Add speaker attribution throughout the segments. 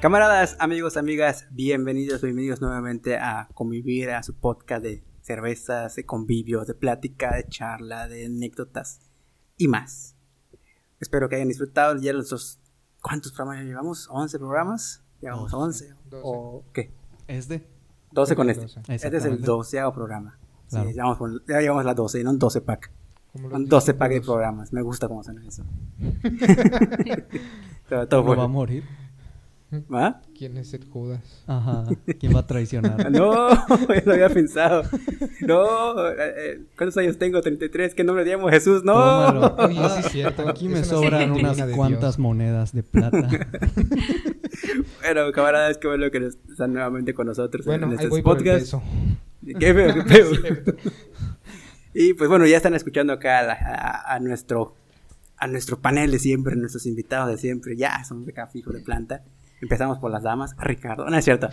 Speaker 1: Camaradas, amigos, amigas, bienvenidos, bienvenidos nuevamente a Convivir, a su podcast de cervezas, de convivios, de plática, de charla, de anécdotas y más. Espero que hayan disfrutado ya nuestros... ¿Cuántos programas ya llevamos? ¿11 programas? Llevamos 11. ¿O qué?
Speaker 2: Este.
Speaker 1: 12 con este.
Speaker 3: 12.
Speaker 1: Este es el
Speaker 2: Exactamente.
Speaker 1: 12 programa. Sí,
Speaker 2: Claro.
Speaker 1: llevamos por- ya llevamos las 12, no un 12 pack.
Speaker 3: Como los
Speaker 1: Un 12
Speaker 3: discos
Speaker 1: pack de
Speaker 3: duros.
Speaker 1: programas. Me gusta cómo suena eso. Sobre todo
Speaker 2: ¿No
Speaker 1: por-
Speaker 2: va a morir?
Speaker 1: ¿Ah?
Speaker 3: ¿Quién es el Judas?
Speaker 2: Ajá. ¿Quién va a traicionar?
Speaker 1: No, lo había pensado. No, eh, eh, ¿cuántos años tengo? 33. ¿Qué nombre le llamo? Jesús, no.
Speaker 2: Tómalo.
Speaker 3: Oye, sí es cierto.
Speaker 2: Aquí
Speaker 3: Es
Speaker 2: me
Speaker 3: una
Speaker 2: sobran
Speaker 3: disciplina
Speaker 2: unas
Speaker 3: de
Speaker 2: cuantas
Speaker 3: Dios.
Speaker 2: monedas de plata.
Speaker 1: Bueno, camaradas, qué bueno que nos- están nuevamente con nosotros
Speaker 3: Bueno,
Speaker 1: en
Speaker 3: ahí
Speaker 1: estos
Speaker 3: voy por el
Speaker 1: podcasts.
Speaker 3: peso.
Speaker 1: Qué feo, qué feo. y pues bueno, ya están escuchando acá a, la- a- a nuestro a nuestro panel de siempre, a nuestros invitados de siempre. Ya somos acá fijos de planta. Empezamos por las damas. Ricardo, no es cierto.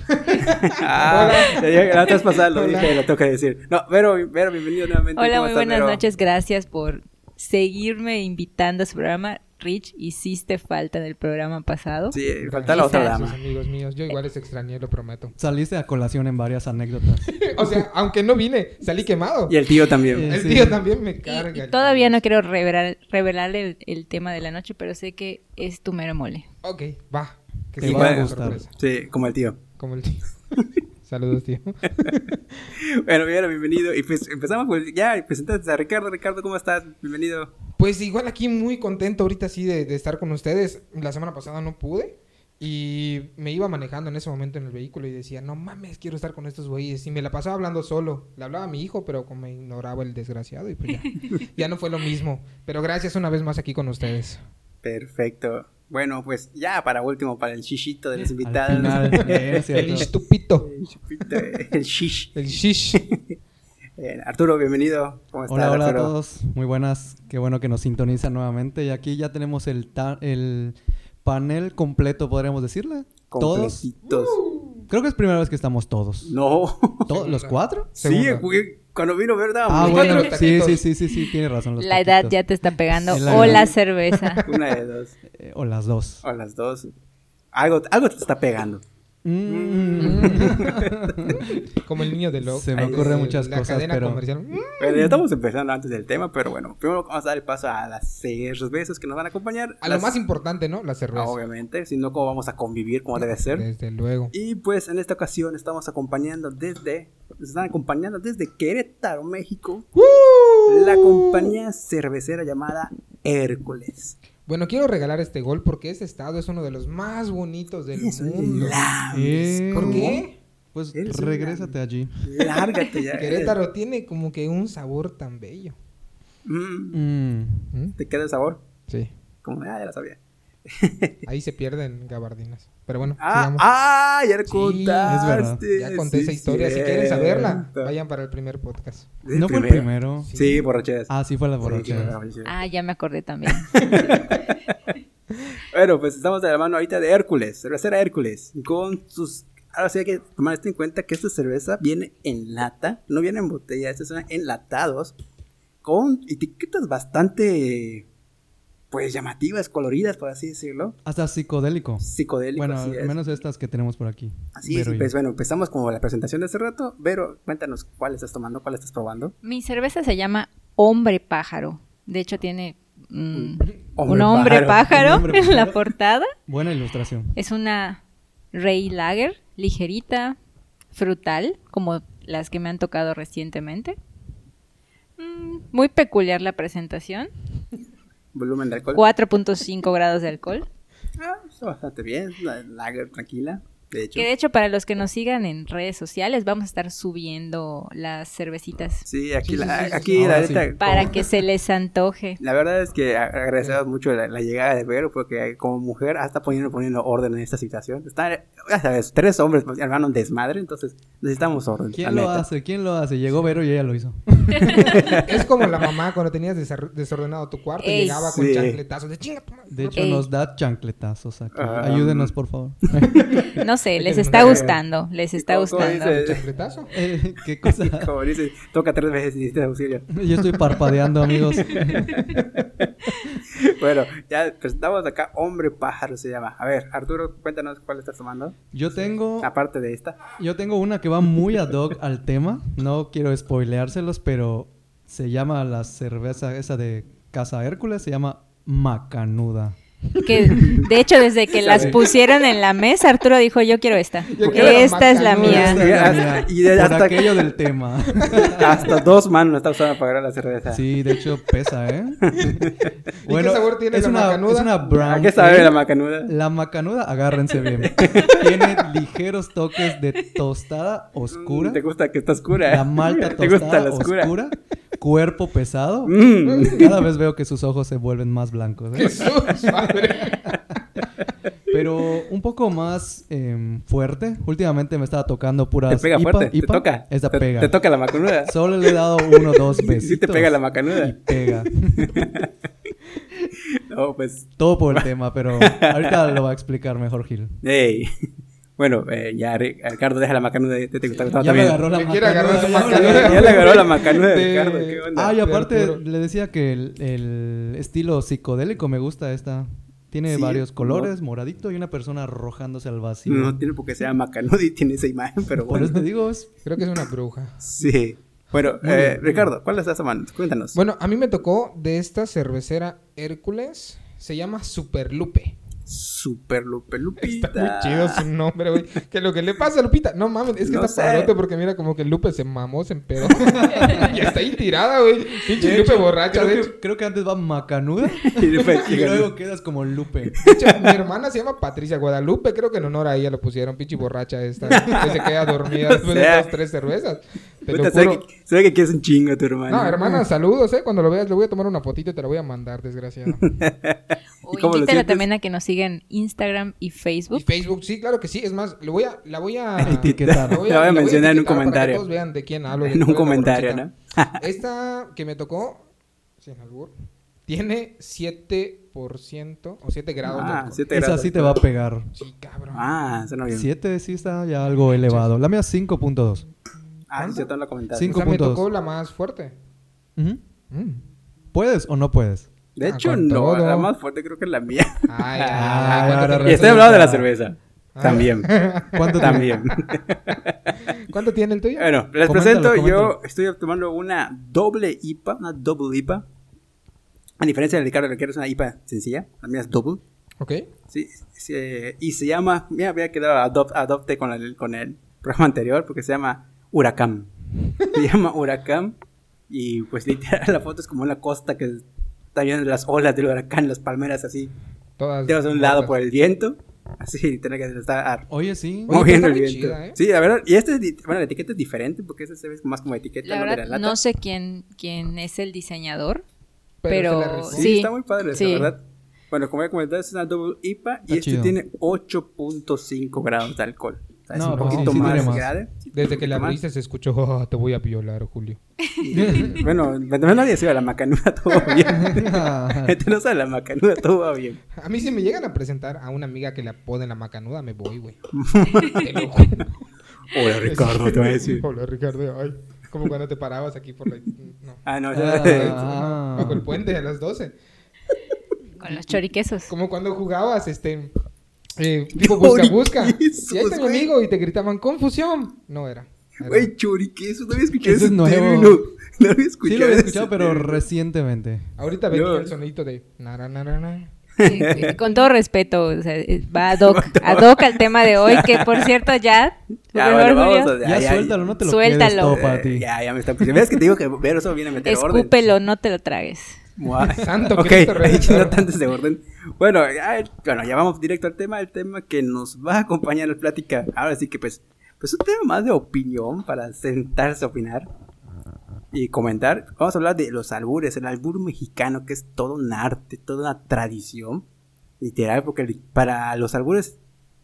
Speaker 1: ah, te dije que la otra vez pasada lo
Speaker 3: Hola.
Speaker 1: dije, lo tengo que decir. No, Vero, Vero, bienvenido nuevamente.
Speaker 4: Hola,
Speaker 1: ¿Cómo
Speaker 4: muy
Speaker 1: estás,
Speaker 4: buenas
Speaker 1: Vero?
Speaker 4: noches. Gracias por seguirme invitando a su programa. Rich, hiciste falta en el programa pasado.
Speaker 1: Sí, falta la otra
Speaker 4: Gracias.
Speaker 1: dama.
Speaker 3: amigos míos, yo igual les extrañé, lo prometo.
Speaker 2: Saliste a colación en varias anécdotas.
Speaker 3: O sea, aunque no vine, salí quemado.
Speaker 1: Y el tío también.
Speaker 2: Eh,
Speaker 3: El
Speaker 2: sí.
Speaker 3: tío también me
Speaker 4: Y-
Speaker 3: carga.
Speaker 4: y todavía no quiero revelar, revelarle el, el tema de la noche, pero sé que es tu mero mole.
Speaker 3: Ok, va. Que
Speaker 2: Te
Speaker 3: sí,
Speaker 1: va
Speaker 3: va
Speaker 1: a
Speaker 3: la
Speaker 2: gustar.
Speaker 3: sorpresa.
Speaker 1: Sí, como el tío.
Speaker 3: Como el tío. Saludos, tío.
Speaker 1: Bueno, Vero, bienvenido. Y pues empezamos, pues ya, presentaste a Ricardo. Ricardo, ¿cómo estás? Bienvenido.
Speaker 3: Pues igual aquí muy contento ahorita sí de, de estar con ustedes. La semana pasada no pude y me iba manejando en ese momento en el vehículo y decía, no mames, quiero estar con estos güeyes. Y me la pasaba hablando solo. Le hablaba a mi hijo, pero como me ignoraba el desgraciado y pues ya, ya no fue lo mismo. Pero gracias una vez más aquí con ustedes.
Speaker 1: Perfecto. Bueno, pues ya para último, para el shishito de los invitados.
Speaker 2: Al final, eh, es
Speaker 3: El
Speaker 2: cierto.
Speaker 3: estupito.
Speaker 1: El shishito, eh, el shish.
Speaker 3: El shish.
Speaker 1: Eh, Arturo, bienvenido. ¿Cómo estás,
Speaker 2: Hola, hola a
Speaker 1: Arturo?
Speaker 2: todos. Muy buenas. Qué bueno que nos sintonizan nuevamente. Y aquí ya tenemos el, ta- el panel completo, podríamos decirle. Todos.
Speaker 1: Completitos.
Speaker 2: Creo que es primera vez que estamos todos.
Speaker 1: No.
Speaker 2: ¿Todos? ¿Los cuatro?
Speaker 1: sí,
Speaker 3: Segunda.
Speaker 1: güey, cuando vino Verda,
Speaker 2: Ah,
Speaker 3: los
Speaker 2: bueno.
Speaker 3: cuatro
Speaker 2: Sí,
Speaker 3: taquitos.
Speaker 2: sí, sí, sí, sí. Tiene razón. los
Speaker 4: La edad
Speaker 2: taquitos.
Speaker 4: ya te está pegando.
Speaker 2: Sí, la
Speaker 4: o la
Speaker 2: edad.
Speaker 4: cerveza.
Speaker 1: una de dos.
Speaker 2: Eh, o las
Speaker 3: Ah.
Speaker 2: dos.
Speaker 1: O las dos. Algo, algo te está pegando.
Speaker 2: Mm.
Speaker 3: Mm. Como el niño de lo
Speaker 2: Se me
Speaker 3: de
Speaker 2: ocurren muchas
Speaker 3: la
Speaker 2: cosas,
Speaker 3: cadena
Speaker 2: pero-
Speaker 3: comercial. Mm.
Speaker 1: Bueno, ya estamos empezando antes del tema, pero bueno, primero vamos a dar el paso a las cervezas que nos van a acompañar.
Speaker 3: A
Speaker 1: Las- Ah,
Speaker 3: lo más importante, ¿no? La cerveza.
Speaker 1: Obviamente, si no, ¿cómo vamos a convivir como debe ser?
Speaker 3: Desde luego.
Speaker 1: Y pues en esta ocasión estamos acompañando desde, nos están acompañando desde Querétaro, México, la compañía cervecera llamada Hércules.
Speaker 3: Bueno, quiero regalar este gol porque este estado es uno de los más bonitos del
Speaker 1: Es
Speaker 3: mundo.
Speaker 1: lames,
Speaker 3: ¿Por
Speaker 1: ¿cómo?
Speaker 3: qué?
Speaker 2: Pues
Speaker 1: Eres un
Speaker 2: regrésate allí.
Speaker 1: Lárgate ya.
Speaker 3: Querétaro tiene como que un sabor tan bello.
Speaker 1: Mm,
Speaker 2: Mm.
Speaker 3: ¿Mm?
Speaker 1: ¿Te queda el sabor?
Speaker 3: Sí.
Speaker 1: Como, ah, ya lo sabía.
Speaker 3: Ahí se pierden gabardinas. Pero bueno,
Speaker 1: Ah,
Speaker 3: sigamos.
Speaker 1: ah, ya lo
Speaker 3: Sí,
Speaker 1: contaste.
Speaker 3: ya conté
Speaker 1: sí,
Speaker 3: esa historia. Si
Speaker 1: cierto.
Speaker 3: quieren saberla, vayan para el primer podcast.
Speaker 1: ¿Es
Speaker 2: ¿No fue el primero?
Speaker 1: Sí, borracheras.
Speaker 2: Ah, sí, fue la
Speaker 1: Sí,
Speaker 2: borrachera.
Speaker 1: borracheras.
Speaker 4: Ah, ya me acordé también.
Speaker 1: Bueno, pues estamos de la mano ahorita de Hércules, cervecera Hércules, con sus... Ahora sí hay que tomar esto en cuenta que esta cerveza viene en lata, no viene en botella, estos son enlatados, con etiquetas bastante, pues, llamativas, coloridas, por así decirlo,
Speaker 2: Hasta psicodélico.
Speaker 1: psicodélicas.
Speaker 2: Bueno,
Speaker 1: así
Speaker 2: al
Speaker 1: es.
Speaker 2: menos estas que tenemos por aquí.
Speaker 1: Así es,
Speaker 2: Vero
Speaker 1: y
Speaker 2: y
Speaker 1: pues
Speaker 2: yo.
Speaker 1: bueno, empezamos como la presentación de hace rato, pero cuéntanos cuál estás tomando, cuál estás probando.
Speaker 4: Mi cerveza se llama Hombre Pájaro. De hecho, tiene mm, un
Speaker 1: Hombre
Speaker 4: hombre
Speaker 2: pájaro.
Speaker 4: pájaro,
Speaker 2: Un hombre
Speaker 4: en la
Speaker 2: pájaro.
Speaker 4: portada.
Speaker 2: Buena ilustración.
Speaker 4: Es una Rey Lager, ligerita, frutal, como las que me han tocado recientemente. Mm, muy peculiar la presentación.
Speaker 1: Volumen de
Speaker 3: Pues-
Speaker 1: alcohol.
Speaker 4: 4.5 grados de alcohol.
Speaker 1: Ah, está bastante bien, la- lager tranquila, de hecho.
Speaker 4: Que de hecho, para los que nos sigan en redes sociales, vamos a estar subiendo las cervecitas
Speaker 1: Sí, aquí,
Speaker 3: Sí,
Speaker 1: la,
Speaker 3: sí, sí, sí.
Speaker 1: aquí la
Speaker 2: Ahora sí.
Speaker 1: neta,
Speaker 4: para
Speaker 1: como-
Speaker 4: que se les antoje.
Speaker 1: La verdad es que a- agradecemos mucho la, la llegada de Vero porque como mujer ah, está poniendo, poniendo orden en esta situación. Está, ya sabes, tres hombres pues, armaron un desmadre, entonces necesitamos orden.
Speaker 2: ¿Quién
Speaker 1: la
Speaker 2: lo
Speaker 1: neta.
Speaker 2: hace? ¿Quién lo hace? Llegó Vero y ella lo hizo.
Speaker 3: Es como la mamá cuando tenías desar- desordenado tu cuarto y
Speaker 4: Ey.
Speaker 3: llegaba con
Speaker 1: Sí.
Speaker 3: chancletazos de chinga tu madre.
Speaker 2: De hecho,
Speaker 4: Ey.
Speaker 2: nos da chancletazos aquí.
Speaker 1: Ah.
Speaker 2: Ayúdenos, por favor.
Speaker 4: No sé, les
Speaker 3: que
Speaker 4: está
Speaker 1: mandar-
Speaker 4: gustando, les está
Speaker 1: ¿Cómo- cómo
Speaker 4: gustando.
Speaker 1: dice?
Speaker 3: ¿Un ¿Chancletazo?
Speaker 2: Eh, ¿Qué cosa?
Speaker 1: Como dices, toca tres veces y necesitas auxilio.
Speaker 2: Yo estoy parpadeando, amigos.
Speaker 1: Bueno, ya presentamos acá Hombre Pájaro se llama. A ver, Arturo, cuéntanos cuál estás tomando.
Speaker 2: Yo tengo,
Speaker 1: Aparte de esta.
Speaker 2: yo tengo una que va muy ad hoc al tema. No quiero spoileárselos, pero se llama la cerveza esa de Casa Hércules, se llama Macanuda.
Speaker 4: Que, de hecho, desde que las pusieron en la mesa, Arturo dijo, yo quiero esta.
Speaker 3: Yo
Speaker 1: quiero
Speaker 3: la
Speaker 4: esta es la
Speaker 3: macanuda.
Speaker 4: mía.
Speaker 1: Y hasta- y de-
Speaker 2: Por
Speaker 1: hasta-
Speaker 2: aquello del tema.
Speaker 1: Hasta dos manos está usando para agarrar la cerveza.
Speaker 2: Sí, de hecho pesa, ¿eh?
Speaker 3: qué sabor tiene
Speaker 2: es
Speaker 3: la
Speaker 2: una,
Speaker 3: macanuda?
Speaker 2: es una brown.
Speaker 1: ¿A Ah, qué sabe
Speaker 2: ale.
Speaker 1: la macanuda?
Speaker 2: La macanuda, agárrense bien. Tiene ligeros toques de tostada oscura.
Speaker 1: Mm, ¿Te gusta que está oscura?
Speaker 2: La malta
Speaker 1: ¿Te gusta
Speaker 2: tostada
Speaker 1: la oscura?
Speaker 2: oscura. Cuerpo pesado.
Speaker 1: Mm.
Speaker 2: Cada vez veo que sus ojos se vuelven más blancos. ¿eh?
Speaker 3: Jesús, madre.
Speaker 2: Pero un poco más em, fuerte. Últimamente me estaba tocando puras
Speaker 1: Te pega
Speaker 2: IPA,
Speaker 1: fuerte, te
Speaker 2: IPA.
Speaker 1: toca.
Speaker 2: Esta
Speaker 1: te,
Speaker 2: pega.
Speaker 1: te toca la macanuda.
Speaker 2: Solo le he dado uno o dos
Speaker 1: Sí,
Speaker 2: veces.
Speaker 1: sí te pega la macanuda.
Speaker 2: Y pega.
Speaker 1: No, pues,
Speaker 2: Todo por el tema, pero ahorita lo va a explicar mejor Gil.
Speaker 1: hey. Bueno, eh, ya Ri- Ricardo deja la macanuda, ya te gusta
Speaker 2: Ya
Speaker 1: también.
Speaker 2: me agarró la
Speaker 3: Me quiere
Speaker 2: macanuda,
Speaker 3: agarrar su
Speaker 2: ya me
Speaker 3: macanuda.
Speaker 2: agarró.
Speaker 1: Ya le agarró la macanuda de
Speaker 3: De-
Speaker 1: Ricardo, ¿qué onda?
Speaker 2: Ah, y
Speaker 3: de
Speaker 2: aparte
Speaker 3: Arturo.
Speaker 2: le decía que el, el estilo psicodélico me gusta esta. Tiene
Speaker 1: Sí,
Speaker 2: varios
Speaker 1: ¿no?
Speaker 2: colores, moradito y una persona arrojándose al vacío.
Speaker 1: No tiene por qué ser macanuda y tiene esa imagen, pero
Speaker 2: Por
Speaker 1: bueno.
Speaker 2: eso te digo, es
Speaker 3: Creo que es una bruja.
Speaker 1: Sí. Bueno,
Speaker 2: Muy
Speaker 1: eh,
Speaker 2: bien.
Speaker 1: Ricardo, ¿cuál estás tomando? Cuéntanos.
Speaker 3: Bueno, a mí me tocó de esta cervecera Hércules. Se llama Super Lupe.
Speaker 1: Super Lupe Lupita.
Speaker 3: Está muy chido su nombre, güey. Que lo que le pasa a Lupita. No mames, es que
Speaker 1: No sé.
Speaker 3: está parote porque mira como que Lupe se mamó, se empedó. y está ahí tirada, güey. Pinche
Speaker 2: De
Speaker 3: Lupe
Speaker 2: hecho,
Speaker 3: borracha,
Speaker 2: creo
Speaker 3: de
Speaker 2: que-
Speaker 3: hecho.
Speaker 2: Creo que antes va macanuda
Speaker 1: Y después
Speaker 2: y
Speaker 1: llega
Speaker 2: luego
Speaker 1: Lupe.
Speaker 2: quedas como Lupe.
Speaker 3: De hecho, mi hermana se llama Patricia Guadalupe, creo que en honor a ella lo pusieron, pinche borracha esta, que se queda dormida después
Speaker 1: O sea.
Speaker 3: de dos, tres cervezas. Te lo
Speaker 1: Puta, se ve
Speaker 3: juro.
Speaker 1: que- se ve que quieres un chingo a tu hermano.
Speaker 3: No, hermana, saludos, eh. Cuando lo veas, le voy a tomar una fotito y te la voy a mandar, desgraciado.
Speaker 4: O
Speaker 1: cómo lo
Speaker 4: invítala
Speaker 1: sientes?
Speaker 4: también a que nos sigan Instagram y
Speaker 3: Y
Speaker 4: Facebook.
Speaker 3: Facebook, sí, claro que sí. Es más, le voy a, la voy a
Speaker 2: Etiquetar.
Speaker 3: la voy
Speaker 1: La voy a
Speaker 3: la
Speaker 1: mencionar en un
Speaker 3: etiquetar para que
Speaker 1: comentario.
Speaker 3: todos vean de quién hablo. de
Speaker 1: En
Speaker 3: cuál
Speaker 1: un
Speaker 3: es la
Speaker 1: comentario,
Speaker 3: borrachita.
Speaker 1: ¿no?
Speaker 3: Esta que me tocó, sin albur, tiene 7% o 7 grados de
Speaker 1: Ah,
Speaker 3: alcohol.
Speaker 1: siete
Speaker 2: Esa
Speaker 1: grados.
Speaker 2: sí te va a pegar.
Speaker 3: Sí, cabrón.
Speaker 1: Ah, suena bien.
Speaker 2: 7 sí está ya algo elevado. La mía 5.2.
Speaker 1: Ah, sí, te lo comentaste.
Speaker 2: Cinco.
Speaker 3: o sea, me
Speaker 2: 5.2.
Speaker 3: tocó la más fuerte.
Speaker 2: Ujú.
Speaker 3: Mm.
Speaker 2: ¿Puedes o no puedes?
Speaker 1: De
Speaker 3: Ah,
Speaker 1: hecho,
Speaker 3: con
Speaker 1: no,
Speaker 3: todo.
Speaker 1: la más fuerte creo que es la mía.
Speaker 3: Ay, ay,
Speaker 2: Ah,
Speaker 3: ay, ¿cuánto,
Speaker 2: ahora
Speaker 1: Y
Speaker 3: tiene,
Speaker 1: estoy
Speaker 2: resulta-
Speaker 1: hablando de la cerveza.
Speaker 3: Ah.
Speaker 1: También.
Speaker 2: ¿Cuánto te-
Speaker 1: También.
Speaker 3: cuánto tiene el tuyo?
Speaker 1: bueno, les
Speaker 2: Coméntalo,
Speaker 1: presento. Yo
Speaker 2: coméntalo.
Speaker 1: estoy tomando una doble IPA, una double IPA. A diferencia de Ricardo, Ricardo es una IPA sencilla. La mía es double.
Speaker 3: Ok.
Speaker 1: Sí, sí, eh, y se llama, mira, había quedado adop- adopte con el, con el programa anterior porque se llama Huracán. Se llama Huracán y pues literal la foto es como una costa que está viendo las olas del huracán, las palmeras así,
Speaker 3: Todas.
Speaker 1: te vas a un lado por
Speaker 3: pues.
Speaker 1: el viento, así tiene que estar
Speaker 2: Oye, sí.
Speaker 3: Oye,
Speaker 1: moviendo el
Speaker 3: pero está muy
Speaker 1: viento.
Speaker 3: chida, ¿eh?
Speaker 1: Sí, la verdad, y este, es di- bueno, la etiqueta es diferente porque esta se ve más como etiqueta,
Speaker 4: La
Speaker 1: ¿no? de la
Speaker 4: verdad,
Speaker 1: lata.
Speaker 4: no sé quién, quién es el diseñador,
Speaker 3: Pero, se
Speaker 4: pero,
Speaker 3: la rifó.
Speaker 1: Sí,
Speaker 4: sí.
Speaker 1: está muy padre,
Speaker 4: Sí.
Speaker 1: la verdad. Bueno, como ya comenté, es una double IPA y
Speaker 2: Está
Speaker 1: este
Speaker 2: chido.
Speaker 1: tiene 8.5 grados de alcohol. O sea, es
Speaker 2: No,
Speaker 1: un
Speaker 2: pues
Speaker 3: sí,
Speaker 1: poquito
Speaker 3: sí
Speaker 1: más,
Speaker 2: tiene más.
Speaker 1: grave. Sí,
Speaker 3: Desde
Speaker 1: un
Speaker 3: que la
Speaker 1: poquito más.
Speaker 3: abriste se escuchó, "Oh, te voy a violar, Julio.
Speaker 1: Bueno, mientras nadie se va a la macanuda, todo va
Speaker 2: Ah.
Speaker 1: bien. Mientras no sabe la macanuda, todo va bien.
Speaker 3: A mí si me llegan a presentar a una amiga que la pone la macanuda, me voy, güey.
Speaker 1: Hola, Ricardo, te voy a decir.
Speaker 3: Hola, Ricardo. Ay, como cuando te parabas aquí por la... No.
Speaker 1: Ah, no, ya.
Speaker 2: Ah.
Speaker 3: Bajo el puente a las 12.
Speaker 4: con los choriquesos.
Speaker 3: Como cuando jugabas, este. eh, tipo busca, busca. Y ahí
Speaker 1: Choriquesos,
Speaker 3: está mi
Speaker 1: güey.
Speaker 3: amigo y te gritaban, confusión. No era. Era-
Speaker 1: Güey, choriqueso, no había escuchado
Speaker 2: Ese
Speaker 1: ese
Speaker 2: es nuevo.
Speaker 1: término. No había escuchado
Speaker 2: Sí lo había
Speaker 1: ese
Speaker 2: escuchado, pero
Speaker 1: término.
Speaker 2: recientemente.
Speaker 3: Ahorita venía
Speaker 1: No.
Speaker 3: el sonidito de. nara, nara, nara.
Speaker 4: Sí, sí, con todo respeto, o sea, eh, va ad hoc, ad hoc al tema de hoy, que por cierto ya,
Speaker 1: Ya, bueno,
Speaker 4: por favor,
Speaker 1: vamos
Speaker 4: Julio,
Speaker 1: a-
Speaker 2: Ya, suéltalo, no te lo
Speaker 4: Suéltalo.
Speaker 2: quedes todo para
Speaker 1: Eh,
Speaker 2: ti.
Speaker 1: Ya, ya me está pidiendo. ¿Ves que te digo que ver eso viene a meter orden?
Speaker 4: escúpelo, no te lo tragues.
Speaker 1: Mua.
Speaker 3: Santo
Speaker 1: Ok,
Speaker 3: Cristo Redentor.
Speaker 1: no tanto ese orden. Bueno ya, bueno, ya vamos directo al tema, el tema que nos va a acompañar en la plática. Ahora sí que pues, pues un tema más de opinión para sentarse a opinar y comentar. Vamos a hablar de los albures, el albur mexicano que es todo un arte, toda una tradición. Literal, porque el- para los albures,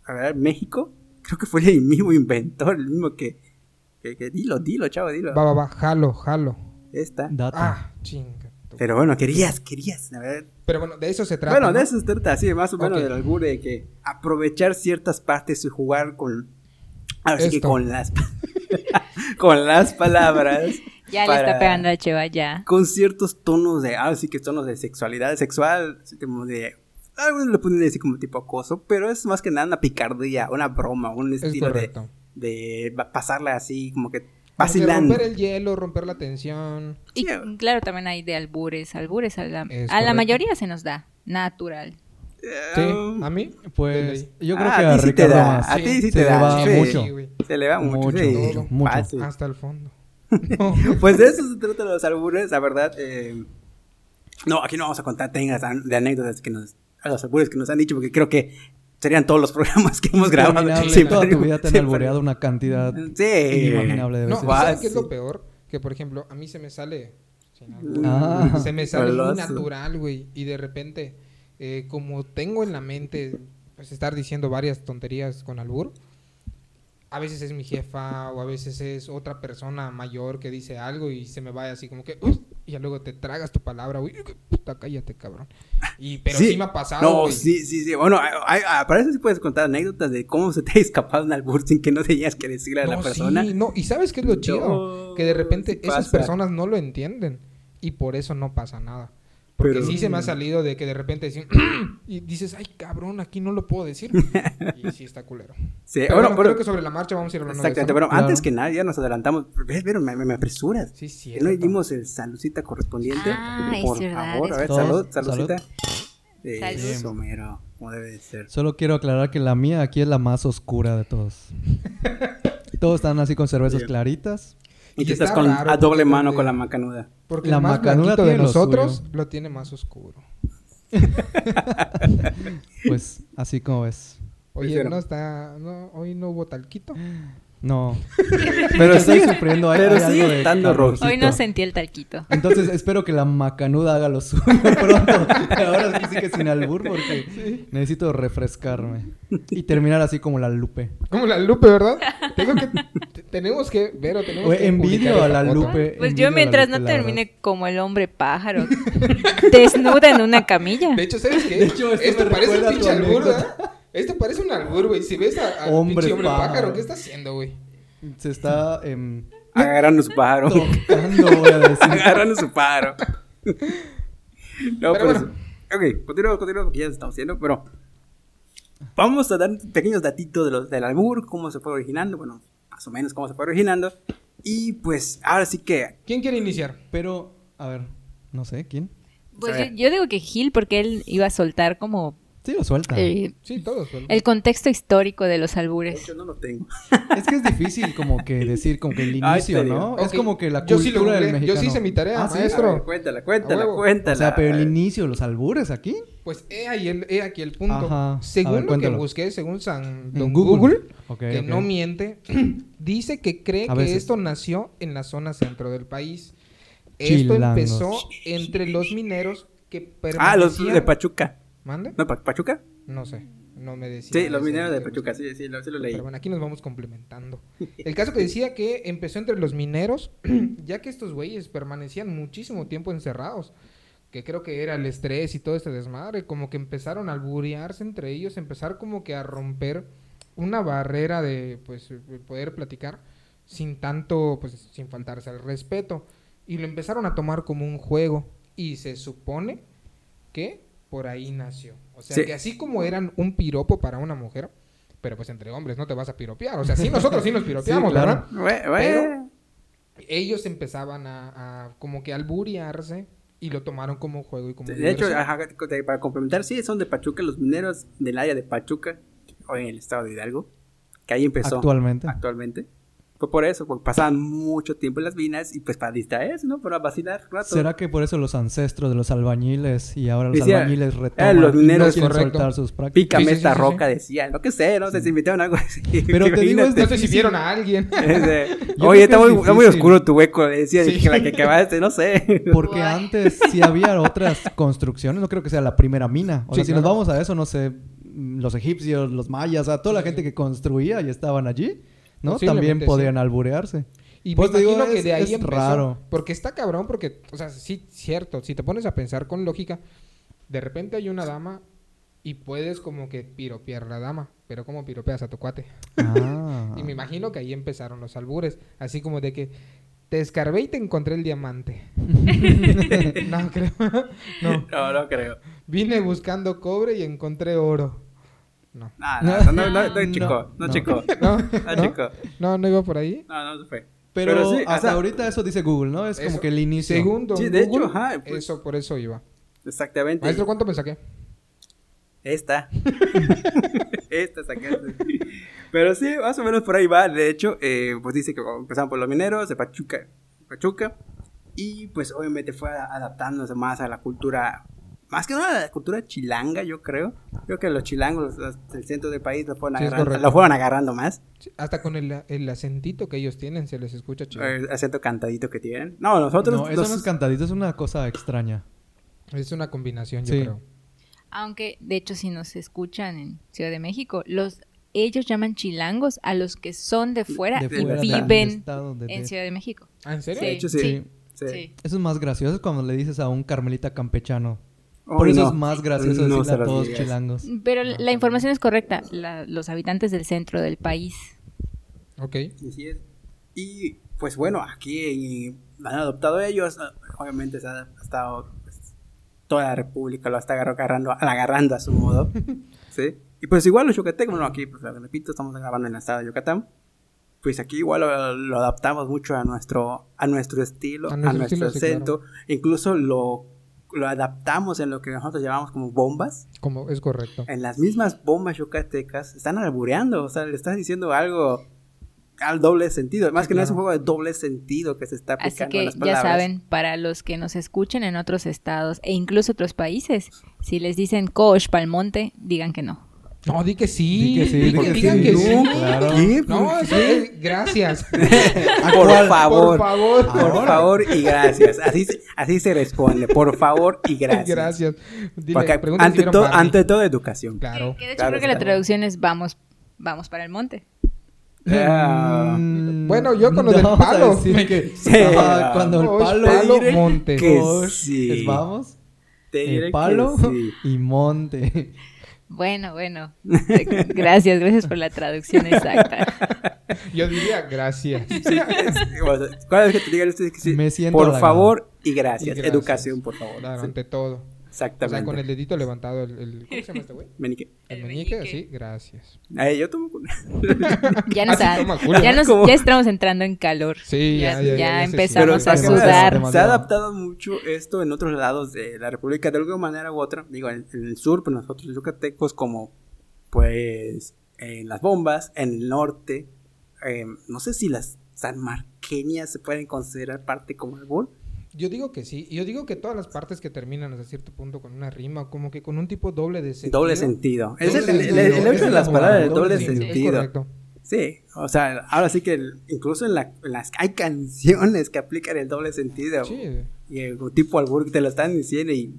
Speaker 1: a ver, México creo que fue el mismo inventor, el mismo que... que, que- dilo, dilo, chavo, dilo.
Speaker 3: Va, va, va, jalo, jalo.
Speaker 1: Esta.
Speaker 2: Data.
Speaker 3: Ah, chinga. tú.
Speaker 1: Pero bueno, querías, querías, a ver.
Speaker 3: Pero bueno, de eso se trata.
Speaker 1: Bueno, de
Speaker 3: ¿no?
Speaker 1: eso se trata, sí, más o menos
Speaker 3: Ok.
Speaker 1: del albur de que aprovechar ciertas partes y jugar con. Ahora sí que
Speaker 3: Esto.
Speaker 1: con las. con las palabras.
Speaker 4: Ya le
Speaker 1: Para-
Speaker 4: está pegando a Cheva, ya.
Speaker 1: con ciertos tonos de, ah, sí que tonos de sexualidad sexual, así como de, algunos le pueden decir como tipo acoso, pero es más que nada una picardía, una broma, un
Speaker 3: Es
Speaker 1: estilo de,
Speaker 3: correcto.
Speaker 1: de va- pasarla así como que
Speaker 3: Como que
Speaker 1: vacilando.
Speaker 3: Romper el hielo, romper la tensión.
Speaker 4: Y
Speaker 1: Sí,
Speaker 4: claro, también hay de albures. Albures a la,
Speaker 3: Es
Speaker 4: a la
Speaker 3: correcto.
Speaker 4: mayoría se nos da. Natural.
Speaker 3: Sí,
Speaker 1: eh,
Speaker 3: a mí.
Speaker 2: Pues yo creo
Speaker 1: Ah,
Speaker 2: que
Speaker 1: a
Speaker 2: a
Speaker 1: ti sí te
Speaker 2: Ricardo
Speaker 1: da,
Speaker 2: más.
Speaker 1: a ti sí
Speaker 2: se
Speaker 1: te
Speaker 2: le
Speaker 1: da,
Speaker 2: va
Speaker 1: sí.
Speaker 2: mucho.
Speaker 3: güey.
Speaker 1: se le va mucho,
Speaker 2: Mucho,
Speaker 1: sí,
Speaker 3: todo,
Speaker 2: mucho.
Speaker 1: fácil.
Speaker 3: Hasta el fondo. No.
Speaker 1: Pues de eso se trata los albures, la verdad. eh, no, aquí no vamos a contar tengas an- de anécdotas que nos, a los albures que nos han dicho, porque creo que serían todos los programas que hemos grabado.
Speaker 2: Interminable,
Speaker 1: Sí,
Speaker 2: toda tu
Speaker 1: pero-
Speaker 2: vida te han
Speaker 1: sí,
Speaker 2: alboreado una cantidad
Speaker 1: pero-
Speaker 2: inimaginable de
Speaker 3: No,
Speaker 2: veces.
Speaker 1: guau.
Speaker 3: ¿sabes qué es
Speaker 1: sí.
Speaker 3: lo peor? Que, por ejemplo, a mí se me sale... sin albur,
Speaker 2: Ah.
Speaker 3: se me sale muy
Speaker 1: Goloso.
Speaker 3: natural, güey. Y de repente, eh, como tengo en la mente, pues, estar diciendo varias tonterías con albur, a veces es mi jefa o a veces es otra persona mayor que dice algo y se me va así como que... "Uf", y ya luego te tragas tu palabra, güey. Puta, cállate, cabrón. Y, pero sí, me ha pasado,
Speaker 1: No,
Speaker 3: güey.
Speaker 1: sí, sí, sí. Bueno, hay- hay- para eso sí puedes contar anécdotas de cómo se te ha escapado un albur sin que no tenías que decirle a la
Speaker 3: No,
Speaker 1: persona.
Speaker 3: sí, no, y sabes qué es lo
Speaker 1: No,
Speaker 3: chido, que de
Speaker 1: sí
Speaker 3: repente esas
Speaker 1: pasa.
Speaker 3: personas no lo entienden y por eso no pasa nada. Porque
Speaker 1: Pero- mm.
Speaker 3: sí se me ha salido de que de repente dicen, y dices, ay cabrón, aquí no lo puedo decir. y sí está culero.
Speaker 1: Sí,
Speaker 3: Pero
Speaker 1: Eh, bueno,
Speaker 3: bueno,
Speaker 1: pero-
Speaker 3: creo que sobre la marcha vamos a ir hablando de
Speaker 1: Exactamente, bueno,
Speaker 3: eso, ¿no?
Speaker 1: antes
Speaker 2: Claro.
Speaker 1: que nada, ya nos adelantamos. ¿Ves? Vieron, me, me- me apresuras.
Speaker 3: Sí,
Speaker 1: Que
Speaker 3: sí.
Speaker 1: no dimos el saludcita correspondiente.
Speaker 4: Ah, es
Speaker 1: Por
Speaker 4: verdad,
Speaker 1: favor, a
Speaker 4: es
Speaker 1: ver,
Speaker 2: verdad.
Speaker 1: salud,
Speaker 2: Salud.
Speaker 1: saludcita. Eh,
Speaker 4: Salud.
Speaker 1: Eso, mero, como debe de ser.
Speaker 2: Solo quiero aclarar que la mía aquí es la más oscura de todos. todos están así con cervezas
Speaker 1: Sí.
Speaker 2: claritas.
Speaker 1: Y
Speaker 3: Y
Speaker 1: tú
Speaker 3: está
Speaker 1: estás con,
Speaker 3: raro,
Speaker 1: a doble
Speaker 3: porque-
Speaker 1: mano con la macanuda.
Speaker 3: Porque
Speaker 2: La
Speaker 3: el más
Speaker 2: macanuda
Speaker 3: blanquito de
Speaker 2: tiene lo
Speaker 3: nosotros
Speaker 2: suyo.
Speaker 3: lo tiene más oscuro.
Speaker 2: Pues así como ves.
Speaker 3: Oye,
Speaker 1: Pero-
Speaker 3: no está, no, hoy no hubo talquito.
Speaker 2: No.
Speaker 1: Pero
Speaker 2: Yo estoy
Speaker 1: sigue-
Speaker 2: sufriendo hay-
Speaker 1: pero
Speaker 2: hay algo
Speaker 1: sigue
Speaker 2: de
Speaker 1: estando
Speaker 2: calorcito.
Speaker 1: rojito.
Speaker 4: Hoy no sentí el talquito.
Speaker 2: Entonces espero que la macanuda haga lo suyo pronto. Ahora sí sí que sin albur porque necesito refrescarme. Y terminar así como la Lupe.
Speaker 3: Como la Lupe, ¿verdad? Tengo que, t- tenemos que ver o tenemos
Speaker 2: Oye,
Speaker 3: que
Speaker 2: envidio
Speaker 3: publicar
Speaker 2: a la
Speaker 3: esa foto.
Speaker 2: Lupe.
Speaker 4: Pues
Speaker 2: envidio a
Speaker 4: yo
Speaker 2: la
Speaker 4: mientras
Speaker 2: Lupe,
Speaker 4: no
Speaker 2: la verdad.
Speaker 4: termine como el hombre pájaro, desnuda en una camilla.
Speaker 3: De hecho, ¿sabes qué?
Speaker 2: De hecho, esto
Speaker 3: esto
Speaker 2: me
Speaker 3: parece
Speaker 2: recuerda a
Speaker 3: un
Speaker 2: tu
Speaker 3: pinche albur,
Speaker 2: anécdota.
Speaker 3: ¿verdad? Esto parece un albur, güey. Si ves a, a
Speaker 2: Hombre
Speaker 3: pinche hombre pájaro.
Speaker 2: pájaro,
Speaker 3: ¿qué está haciendo, güey?
Speaker 2: Se está em,
Speaker 1: Agarrando su pájaro.
Speaker 2: tocando, voy a decir.
Speaker 1: Agarrando su paro. No, pero.
Speaker 3: Pero bueno.
Speaker 1: Ok, continuamos, continuamos, que ya estamos haciendo, pero. Vamos a dar pequeños datitos de los, del albur, cómo se fue originando, bueno, más o menos cómo se fue originando. Y pues, ahora sí que.
Speaker 3: ¿Quién quiere iniciar?
Speaker 2: Pero, a ver, no sé, ¿quién?
Speaker 4: Pues
Speaker 1: Sí.
Speaker 4: yo, yo digo que Gil, porque él iba a soltar como
Speaker 2: Sí, lo suelta.
Speaker 4: eh,
Speaker 3: Sí, todos. güey.
Speaker 4: el contexto histórico de los
Speaker 1: de
Speaker 4: albures.
Speaker 1: hecho, no lo tengo.
Speaker 2: Es que es difícil como que decir, como que el
Speaker 1: Ay,
Speaker 2: inicio,
Speaker 1: te digo.
Speaker 2: ¿no? Es
Speaker 3: Ah, Ok,
Speaker 2: como que la
Speaker 3: yo sí lo
Speaker 2: cultura del
Speaker 3: googleé,
Speaker 2: mexicano.
Speaker 3: yo sí hice mi tarea,
Speaker 2: ¿sí?
Speaker 1: A
Speaker 3: Ah, maestro.
Speaker 1: ver, cuéntala, cuéntala,
Speaker 3: A huevo.
Speaker 1: cuéntala.
Speaker 2: O sea, pero el
Speaker 1: A ver.
Speaker 2: inicio, los albures aquí.
Speaker 3: Pues he ahí el, he aquí el punto.
Speaker 2: Ajá. A
Speaker 3: Según
Speaker 2: ver,
Speaker 3: lo que
Speaker 2: cuéntalo.
Speaker 3: busqué, según San
Speaker 2: En
Speaker 3: Don
Speaker 2: Google.
Speaker 3: Google,
Speaker 2: Ok,
Speaker 3: que
Speaker 2: ok.
Speaker 3: no miente, dice que cree
Speaker 2: A
Speaker 3: que
Speaker 2: veces.
Speaker 3: esto nació en la zona centro del país. Esto
Speaker 2: Chilangos.
Speaker 3: empezó entre los mineros que permanecían...
Speaker 1: Ah, los de Pachuca.
Speaker 3: ¿Mande?
Speaker 1: ¿No, Pa- Pachuca?
Speaker 3: No sé, no me decía.
Speaker 1: Sí, los
Speaker 3: eso,
Speaker 1: mineros de
Speaker 3: que
Speaker 1: Pachuca,
Speaker 3: busqué.
Speaker 1: sí, sí, lo, sí lo leí.
Speaker 3: Pero bueno, aquí nos vamos complementando. El caso que decía que empezó entre los mineros, ya que estos güeyes permanecían muchísimo tiempo encerrados, que creo que era el estrés y todo este desmadre, como que empezaron a alburearse entre ellos, empezar como que a romper una barrera de pues eh, poder platicar sin tanto, pues sin faltarse al respeto. Y lo empezaron a tomar como un juego. Y se supone que por ahí nació. O sea,
Speaker 1: Sí.
Speaker 3: que así como eran un piropo para una mujer, pero pues entre hombres no te vas a piropear. O sea, sí nosotros sí nos piropeamos,
Speaker 2: Sí, claro.
Speaker 3: ¿verdad?
Speaker 1: Bueno, bueno.
Speaker 3: Ellos empezaban a, a como que alburearse y lo tomaron como juego y como
Speaker 1: de hecho,
Speaker 3: diversión.
Speaker 1: ajá, te- para complementar, sí, son de Pachuca, los mineros del área de Pachuca, o en el estado de Hidalgo, que ahí empezó.
Speaker 2: Actualmente.
Speaker 1: actualmente. Fue por eso, porque pasaban mucho tiempo en las minas y pues para distraerse, ¿no? Para vacilar un rato.
Speaker 2: ¿Será que por eso los ancestros de los albañiles y ahora los
Speaker 1: Decía,
Speaker 2: albañiles
Speaker 1: eh,
Speaker 2: retoman
Speaker 1: los
Speaker 2: y
Speaker 1: mineros,
Speaker 2: no quieren
Speaker 3: correcto.
Speaker 2: soltar sus prácticas?
Speaker 1: Pícame
Speaker 3: Sí, sí,
Speaker 1: esta
Speaker 3: sí, sí,
Speaker 1: roca,
Speaker 3: sí.
Speaker 1: decía. No que sé, no sé si invitaron algo así.
Speaker 2: Pero te digo, es
Speaker 1: Imagínate.
Speaker 3: No sé si
Speaker 2: difícil.
Speaker 3: vieron a alguien.
Speaker 1: Ese,
Speaker 2: creo
Speaker 1: Oye,
Speaker 2: que
Speaker 1: está
Speaker 2: es
Speaker 1: muy, está muy
Speaker 2: difícil.
Speaker 1: oscuro tu hueco, le decía,
Speaker 3: Sí.
Speaker 1: que la que acabaste, no sé.
Speaker 2: Porque
Speaker 4: Guay.
Speaker 2: antes sí había otras construcciones, no creo que sea la primera mina. O
Speaker 3: Sí,
Speaker 2: sea, si nos
Speaker 3: claro.
Speaker 2: vamos a eso, no sé, mm, los egipcios, los mayas, o sea, toda la gente que construía y estaban allí, ¿no? También
Speaker 3: Posiblemente,
Speaker 2: podían alburearse.
Speaker 3: Y
Speaker 2: Pues
Speaker 3: me
Speaker 2: te digo,
Speaker 3: imagino que
Speaker 2: es-
Speaker 3: de ahí
Speaker 2: es
Speaker 3: empezó,
Speaker 2: raro.
Speaker 3: Porque está cabrón, porque, o sea, sí, cierto, si te pones a pensar con lógica, de repente hay una dama y puedes como que piropear la dama, pero como piropeas a tu cuate.
Speaker 2: Ah.
Speaker 3: Y me imagino que ahí empezaron los albures, así como de que, Te escarbé y te encontré el diamante. no, creo. no.
Speaker 1: No, no creo.
Speaker 3: Vine buscando cobre y encontré oro. No.
Speaker 1: Nah, nah, No, no, no, no,
Speaker 2: No,
Speaker 1: chico, no,
Speaker 2: no.
Speaker 1: chico. No,
Speaker 3: No, no,
Speaker 1: Ah, chico.
Speaker 3: no, no iba por ahí.
Speaker 1: No, no se fue.
Speaker 2: Pero,
Speaker 1: sí, o
Speaker 2: hasta
Speaker 1: sea,
Speaker 2: ahorita eso dice Google, ¿no? Es
Speaker 3: eso-
Speaker 2: como que el inicio.
Speaker 3: Segundo.
Speaker 1: Sí, de
Speaker 3: Google,
Speaker 1: hecho, ajá, pues-
Speaker 3: Eso, por eso iba.
Speaker 1: Exactamente.
Speaker 3: Maestro, ¿cuánto me saqué?
Speaker 1: Esta. Esta sacaste. Pero sí, más o menos por ahí va. De hecho, eh, pues dice que empezaron por los mineros de Pachuca. Pachuca. Y pues obviamente fue a- adaptándose más a la cultura, más que nada a la cultura chilanga, yo creo. Creo que los chilangos, los- los del centro del país, lo fueron,
Speaker 3: Sí, es
Speaker 1: agarrando,
Speaker 3: correcto.
Speaker 1: lo fueron agarrando más.
Speaker 3: Sí, Hasta con el, el acentito que ellos tienen, se les escucha chido.
Speaker 1: El acento cantadito eh, que tienen. No, nosotros.
Speaker 2: no, eso
Speaker 1: los-
Speaker 2: no es cantadito, es una cosa extraña.
Speaker 3: Es una combinación, yo
Speaker 2: Sí.
Speaker 3: creo.
Speaker 4: Aunque, de hecho, si nos escuchan en Ciudad de México, los ellos llaman chilangos a los que son de fuera
Speaker 2: De
Speaker 4: y
Speaker 2: fuera del
Speaker 4: viven
Speaker 2: estado de-
Speaker 4: en Ciudad de México.
Speaker 3: ¿Ah, en serio?
Speaker 1: De hecho, sí.
Speaker 4: Sí,
Speaker 1: sí.
Speaker 4: sí.
Speaker 2: Eso es más gracioso es cuando le dices a un carmelita campechano.
Speaker 1: Oh,
Speaker 2: Por eso
Speaker 1: no.
Speaker 2: es más gracioso
Speaker 1: No se
Speaker 2: decirle a
Speaker 1: los
Speaker 2: todos
Speaker 1: digas.
Speaker 2: chilangos.
Speaker 4: Pero la información es correcta. la- los habitantes del centro del país.
Speaker 3: Ok.
Speaker 1: Así es. Y pues bueno, aquí han adoptado ellos. ah, Obviamente se ha estado pues, toda la República lo está agarro- agarrando, agarrando a su modo. ¿sí? Y pues igual los yucatecos, bueno, aquí, pues lo repito, estamos grabando en el estado de Yucatán. Pues aquí igual lo, lo adaptamos mucho a nuestro, a nuestro estilo,
Speaker 3: A
Speaker 1: a
Speaker 3: nuestro
Speaker 1: nuestro,
Speaker 3: estilo, sí,
Speaker 1: acento. Incluso lo, lo adaptamos en lo que nosotros llamamos como bombas
Speaker 3: Como, es correcto.
Speaker 2: Eh.
Speaker 1: en las mismas bombas yucatecas están albureando, o sea, le estás diciendo algo al doble sentido. Más
Speaker 3: Sí,
Speaker 1: que no es un
Speaker 3: claro.
Speaker 1: juego de doble sentido que se está aplicando
Speaker 4: Así
Speaker 1: a
Speaker 4: que
Speaker 1: las
Speaker 4: ya
Speaker 1: palabras.
Speaker 4: saben, para los que nos escuchen en otros estados e incluso otros países, si les dicen Coach Palmonte, digan que no.
Speaker 3: No, di que sí.
Speaker 2: Di que sí, di que
Speaker 3: digan
Speaker 2: sí.
Speaker 3: que sí.
Speaker 2: No, claro.
Speaker 1: ¿Qué?
Speaker 3: No, sí, gracias.
Speaker 1: Por
Speaker 3: Por
Speaker 1: favor.
Speaker 3: favor.
Speaker 1: Por favor y gracias. Así se, así se responde. Por favor y gracias.
Speaker 3: Gracias. Dile,
Speaker 1: Porque
Speaker 3: pregúntale si
Speaker 1: ante,
Speaker 3: vieron
Speaker 1: todo-
Speaker 3: Barbie.
Speaker 1: ante todo, educación.
Speaker 3: Claro.
Speaker 4: Que de hecho
Speaker 1: claro,
Speaker 4: creo que la
Speaker 1: claro.
Speaker 4: traducción es vamos, vamos para el monte.
Speaker 1: Ah,
Speaker 2: Mm,
Speaker 3: Bueno, yo con
Speaker 2: no
Speaker 3: lo del
Speaker 2: vamos a
Speaker 3: palo.
Speaker 2: decir que-
Speaker 1: Sí.
Speaker 2: Ajá, cuando el
Speaker 3: Oye,
Speaker 2: palo,
Speaker 3: palo,
Speaker 1: diré
Speaker 3: monte.
Speaker 1: que
Speaker 2: Osh,
Speaker 1: sí.
Speaker 2: es vamos,
Speaker 1: te diré
Speaker 2: el
Speaker 1: que
Speaker 2: palo
Speaker 1: sí.
Speaker 2: y monte.
Speaker 4: Bueno, bueno. Gracias, gracias por la traducción exacta.
Speaker 3: Yo diría gracias.
Speaker 1: Sí, es- o sea, cada vez que te digan esto, es que sí.
Speaker 2: Me siento
Speaker 1: por
Speaker 2: halagado.
Speaker 1: favor y gracias.
Speaker 3: Y gracias.
Speaker 1: Educación, por favor.
Speaker 3: Claro,
Speaker 1: Sí,
Speaker 3: ante todo. O sea,
Speaker 1: Exactamente.
Speaker 3: con el dedito levantado, el, el- ¿cómo se llama este güey?
Speaker 1: Meñique.
Speaker 3: El,
Speaker 4: El
Speaker 3: meñique,
Speaker 4: meñique.
Speaker 3: así, gracias.
Speaker 1: Ay, yo tomo con-
Speaker 4: Ya nos,
Speaker 3: Así
Speaker 4: ha-
Speaker 3: toma culo.
Speaker 4: ya, nos-
Speaker 1: ¿Cómo?
Speaker 4: ya estamos entrando en calor.
Speaker 3: Sí, ya,
Speaker 4: ya,
Speaker 3: ya, ya,
Speaker 4: ya
Speaker 3: ya se
Speaker 4: empezamos
Speaker 2: siente.
Speaker 4: a
Speaker 2: Pero-
Speaker 4: sudar.
Speaker 1: Se ha adaptado mucho esto en otros lados de la República de alguna manera u otra. Digo, en, en el sur, pues nosotros yucatecos como pues en las bombas, en el norte, eh, no sé si las sanmarqueñas se pueden considerar parte como albur.
Speaker 3: Yo digo que sí. Yo digo que todas las partes que terminan hasta cierto punto con una rima, como que con un tipo doble de sentido.
Speaker 1: Doble sentido.
Speaker 3: Doble
Speaker 1: Es el, el-
Speaker 3: sentido.
Speaker 1: el- el hecho de las
Speaker 2: Esa es la
Speaker 1: palabras de
Speaker 2: palabra,
Speaker 1: doble
Speaker 2: doble
Speaker 3: Es
Speaker 1: sentido.
Speaker 3: correcto.
Speaker 1: Sí, o sea, ahora sí que el- incluso en, la- en las hay canciones que aplican el doble sentido.
Speaker 3: Sí.
Speaker 1: Y el tipo albur te lo están diciendo y...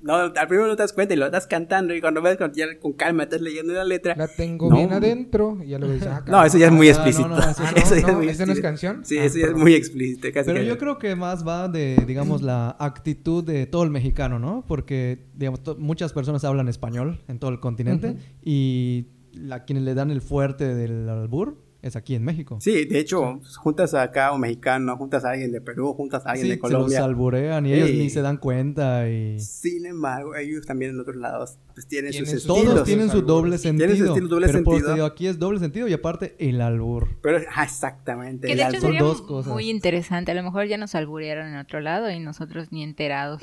Speaker 1: No, al primero no te das cuenta y lo estás cantando y cuando ves con, ya con calma estás leyendo la letra.
Speaker 3: La tengo
Speaker 1: No.
Speaker 3: bien adentro. Y ya lo ves. ah,
Speaker 1: No, eso ya es
Speaker 3: caramba.
Speaker 1: muy
Speaker 2: Ah,
Speaker 1: explícito.
Speaker 2: no, no, eso
Speaker 3: Ah,
Speaker 1: Eso ya es
Speaker 3: no, no,
Speaker 1: muy
Speaker 3: ¿esa no es
Speaker 1: explícito.
Speaker 3: canción?
Speaker 1: Sí,
Speaker 3: Ah,
Speaker 1: eso ya es
Speaker 3: perdón.
Speaker 1: muy explícito. Casi
Speaker 2: Pero
Speaker 1: que-
Speaker 2: yo creo que más va de, digamos, la actitud de todo el mexicano, ¿no? Porque, digamos, to- muchas personas hablan español en todo el continente
Speaker 3: Ujú.
Speaker 2: y a quienes le dan el fuerte del albur es aquí en México.
Speaker 1: Sí, de hecho, juntas acá a un mexicano, juntas a alguien de Perú, juntas a alguien
Speaker 2: Sí,
Speaker 1: de
Speaker 2: se los
Speaker 1: Colombia.
Speaker 2: alburean y ellos
Speaker 1: Sí.
Speaker 2: ni se dan cuenta y...
Speaker 1: Sin embargo, ellos también en otros lados pues, tienen sus
Speaker 3: Tienen sus-
Speaker 1: estilos.
Speaker 2: Todos
Speaker 3: Estilos,
Speaker 2: tienen
Speaker 3: los
Speaker 2: su
Speaker 3: albures.
Speaker 2: doble
Speaker 1: Tienen su
Speaker 2: sentido.
Speaker 1: estilo doble
Speaker 2: pero por eso te
Speaker 1: sentido.
Speaker 2: digo, aquí es doble sentido y aparte el albur.
Speaker 1: Pero, ah, exactamente.
Speaker 4: Que
Speaker 1: el
Speaker 4: de hecho
Speaker 1: albur.
Speaker 4: sería
Speaker 2: dos cosas.
Speaker 4: muy interesante. A lo mejor ya nos alburearon en otro lado y nosotros ni enterados.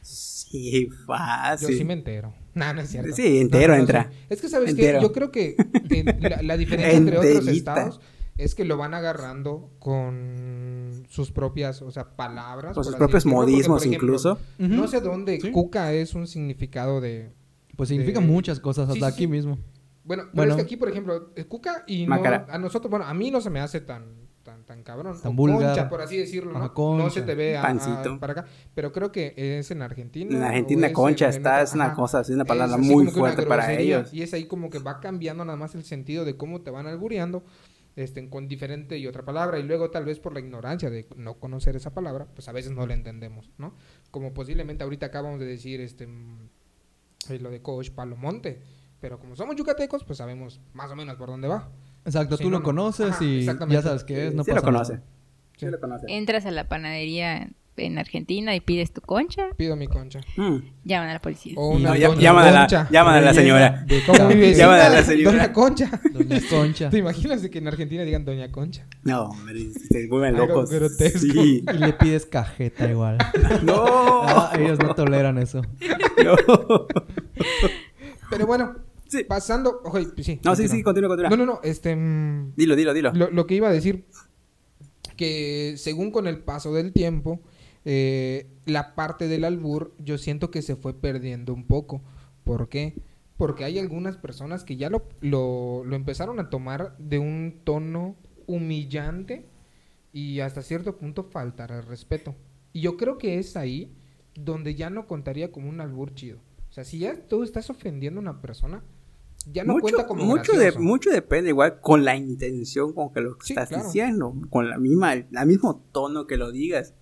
Speaker 1: Sí,
Speaker 3: Yo
Speaker 1: fácil.
Speaker 3: sí me entero. No, no es cierto.
Speaker 1: Sí, entero
Speaker 3: No, no, no,
Speaker 1: entra.
Speaker 3: sí. Es que, ¿sabes qué?
Speaker 1: Entero.
Speaker 3: Yo creo que eh, la, la diferencia entre otros
Speaker 1: Enterita.
Speaker 3: estados es que lo van agarrando con sus propias, o sea, palabras.
Speaker 1: Con sus
Speaker 3: por
Speaker 1: propios
Speaker 3: así decirlo, porque,
Speaker 1: modismos
Speaker 3: por ejemplo,
Speaker 1: incluso.
Speaker 3: No
Speaker 2: Ujú.
Speaker 3: sé dónde cuca es un significado de...
Speaker 2: Pues significa
Speaker 3: Sí.
Speaker 2: muchas cosas
Speaker 3: Sí,
Speaker 2: hasta
Speaker 3: sí,
Speaker 2: aquí
Speaker 3: sí.
Speaker 2: mismo.
Speaker 3: Bueno, pero
Speaker 2: Bueno.
Speaker 3: es que aquí, por ejemplo, eh, cuca y no-
Speaker 1: Macara.
Speaker 3: a nosotros, bueno, a mí no se me hace tan tan, tan cabrón.
Speaker 2: Tan
Speaker 3: O
Speaker 2: vulgar.
Speaker 3: Concha, por así decirlo, ¿no?
Speaker 2: Ajá, concha.
Speaker 3: No se te ve a- a-
Speaker 1: Pancito.
Speaker 3: para acá. Pero creo que es en Argentina.
Speaker 1: En
Speaker 3: o
Speaker 1: Argentina
Speaker 3: es
Speaker 1: concha
Speaker 3: en- en
Speaker 1: está,
Speaker 3: otra-
Speaker 1: es una
Speaker 3: ajá.
Speaker 1: cosa, es una palabra
Speaker 3: Es así
Speaker 1: muy
Speaker 3: como que una
Speaker 1: fuerte para
Speaker 3: grosería,
Speaker 1: ellos.
Speaker 3: Y es ahí como que va cambiando nada más el sentido de cómo te van albureando este, con diferente y otra palabra. Y luego tal vez por la ignorancia de no conocer esa palabra, pues a veces no la entendemos, ¿no? Como posiblemente ahorita acabamos de decir este mm, eh, lo de Coach Palomonte. Pero como somos yucatecos, pues sabemos más o menos por dónde va.
Speaker 2: Exacto,
Speaker 3: Sí,
Speaker 2: tú
Speaker 3: no,
Speaker 2: lo
Speaker 3: no.
Speaker 2: conoces
Speaker 3: Ajá,
Speaker 2: y
Speaker 3: exactamente.
Speaker 2: ya sabes qué es, no
Speaker 1: Sí lo
Speaker 2: pasa nada.
Speaker 1: conoce. Sí lo conoces.
Speaker 4: Entras a la panadería en Argentina y pides tu concha,
Speaker 3: Pido mi concha.
Speaker 1: Mm.
Speaker 4: llaman a la policía.
Speaker 3: O
Speaker 2: Y
Speaker 3: una
Speaker 2: no,
Speaker 1: ll-
Speaker 3: doña
Speaker 1: llaman a la-
Speaker 3: concha.
Speaker 1: llaman a la
Speaker 3: Oye,
Speaker 1: señora.
Speaker 2: De
Speaker 3: Como mi vecina,
Speaker 1: Llaman a la señora.
Speaker 3: Doña Concha.
Speaker 2: Doña Concha.
Speaker 3: ¿Te imaginas de que en Argentina digan Doña Concha?
Speaker 1: No, hombre, se vuelven
Speaker 3: Algo
Speaker 1: locos.
Speaker 3: grotesco.
Speaker 1: Sí.
Speaker 2: Y le pides cajeta igual.
Speaker 1: No,
Speaker 2: Ah, ellos no toleran eso.
Speaker 1: no.
Speaker 3: Pero bueno,
Speaker 1: Sí.
Speaker 3: pasando. Oye, pues sí.
Speaker 1: No, sí,
Speaker 3: continúa.
Speaker 1: sí, continúa, continúa.
Speaker 3: No, no, no. Este. mm,
Speaker 1: Dilo, dilo, dilo.
Speaker 3: Lo, lo que iba a decir, que según con el paso del tiempo, eh, la parte del albur yo siento que se fue perdiendo un poco. ¿Por qué? Porque hay algunas personas que ya lo, lo, lo empezaron a tomar de un tono humillante y hasta cierto punto faltar al respeto. Y yo creo que es ahí donde ya no contaría como un albur chido. O sea, si ya tú estás ofendiendo a una persona, ya no cuenta como
Speaker 1: mucho, de-
Speaker 3: gracioso.
Speaker 1: mucho depende igual con la intención con que lo
Speaker 3: Sí,
Speaker 1: estás
Speaker 3: claro.
Speaker 1: diciendo, con la misma, el mismo tono que lo digas,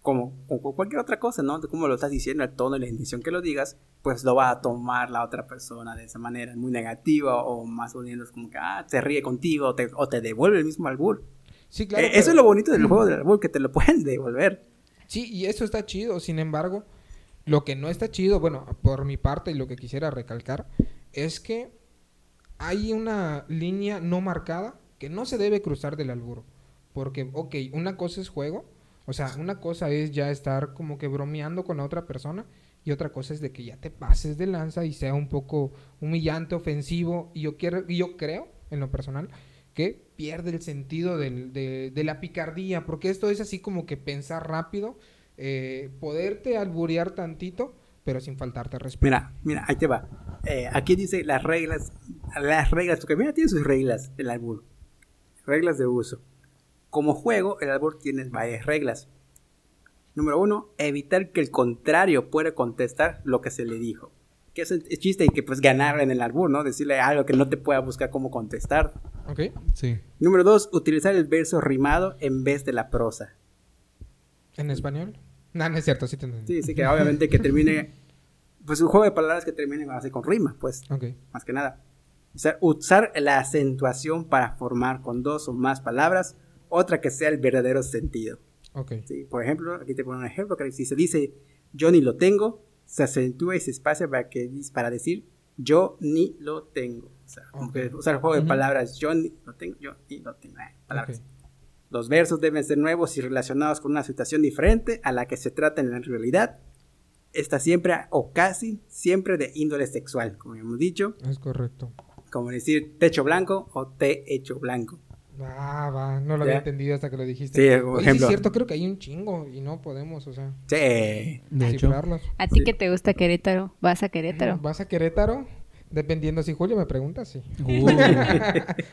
Speaker 1: como con cualquier otra cosa, ¿no? Como lo estás diciendo, el tono y la intención que lo digas, pues lo va a tomar la otra persona de esa manera, muy negativa o más o menos como que, ah, se ríe contigo o te, o te devuelve el mismo albur.
Speaker 3: Sí, claro,
Speaker 1: Eh, Eso
Speaker 3: pero-
Speaker 1: es lo bonito del juego del albur, que te lo pueden devolver.
Speaker 3: Sí, y eso está chido. Sin embargo, lo que no está chido, bueno, por mi parte, y lo que quisiera recalcar, es que hay una línea no marcada que no se debe cruzar del alburo. Porque, ok, una cosa es juego, o sea, una cosa es ya estar como que bromeando con la otra persona, y otra cosa es de que ya te pases de lanza y sea un poco humillante, ofensivo, y yo, quiero, y yo creo, en lo personal, que pierde el sentido del- de, de la picardía, porque esto es así como que pensar rápido, eh, poderte alburear tantito, pero sin faltarte respeto.
Speaker 1: Mira, mira, ahí te va. Eh, aquí dice las reglas, las reglas, porque mira, tiene sus reglas el albur. Reglas de uso. Como juego, el albur tiene varias reglas. Número uno, evitar que el contrario pueda contestar lo que se le dijo. Que es el el chiste y que pues ganar en el albur, ¿no? Decirle algo que no te pueda buscar cómo contestar.
Speaker 3: ¿Ok?
Speaker 2: Sí.
Speaker 1: Número dos, utilizar el verso rimado en vez de la prosa.
Speaker 3: ¿En español? No, no es cierto, sí te entendí.
Speaker 1: Sí, sí, que obviamente que termine, pues un juego de palabras que termine así con rima, pues.
Speaker 3: Ok.
Speaker 1: más que nada. O sea, usar la acentuación para formar con dos o más palabras otra que sea el verdadero sentido.
Speaker 3: Ok.
Speaker 1: Sí, Por ejemplo, aquí te pongo un ejemplo que si se dice yo ni lo tengo, se acentúa y se espacia para, que, para decir yo ni lo tengo. O sea, como que
Speaker 3: Ok.
Speaker 1: usar el juego de
Speaker 3: Ujú.
Speaker 1: palabras yo ni lo tengo, yo ni lo tengo. eh, palabras.
Speaker 3: ok.
Speaker 1: Los versos deben ser nuevos y relacionados con una situación diferente a la que se trata en la realidad. Está siempre o casi siempre de índole sexual, como hemos dicho
Speaker 3: Es correcto.
Speaker 1: como decir techo blanco o te hecho blanco.
Speaker 3: Ah, va, no lo
Speaker 1: Ya.
Speaker 3: había entendido hasta que lo dijiste.
Speaker 1: Sí, por
Speaker 3: Oye,
Speaker 1: ejemplo.
Speaker 3: es cierto, creo que hay un chingo y no podemos, o sea,
Speaker 1: Sí.
Speaker 2: De hecho,
Speaker 3: cifrarlos.
Speaker 4: A ti que te gusta Querétaro, vas a Querétaro.
Speaker 3: ¿Vas a Querétaro? Dependiendo si Julio me pregunta, sí.
Speaker 2: uh,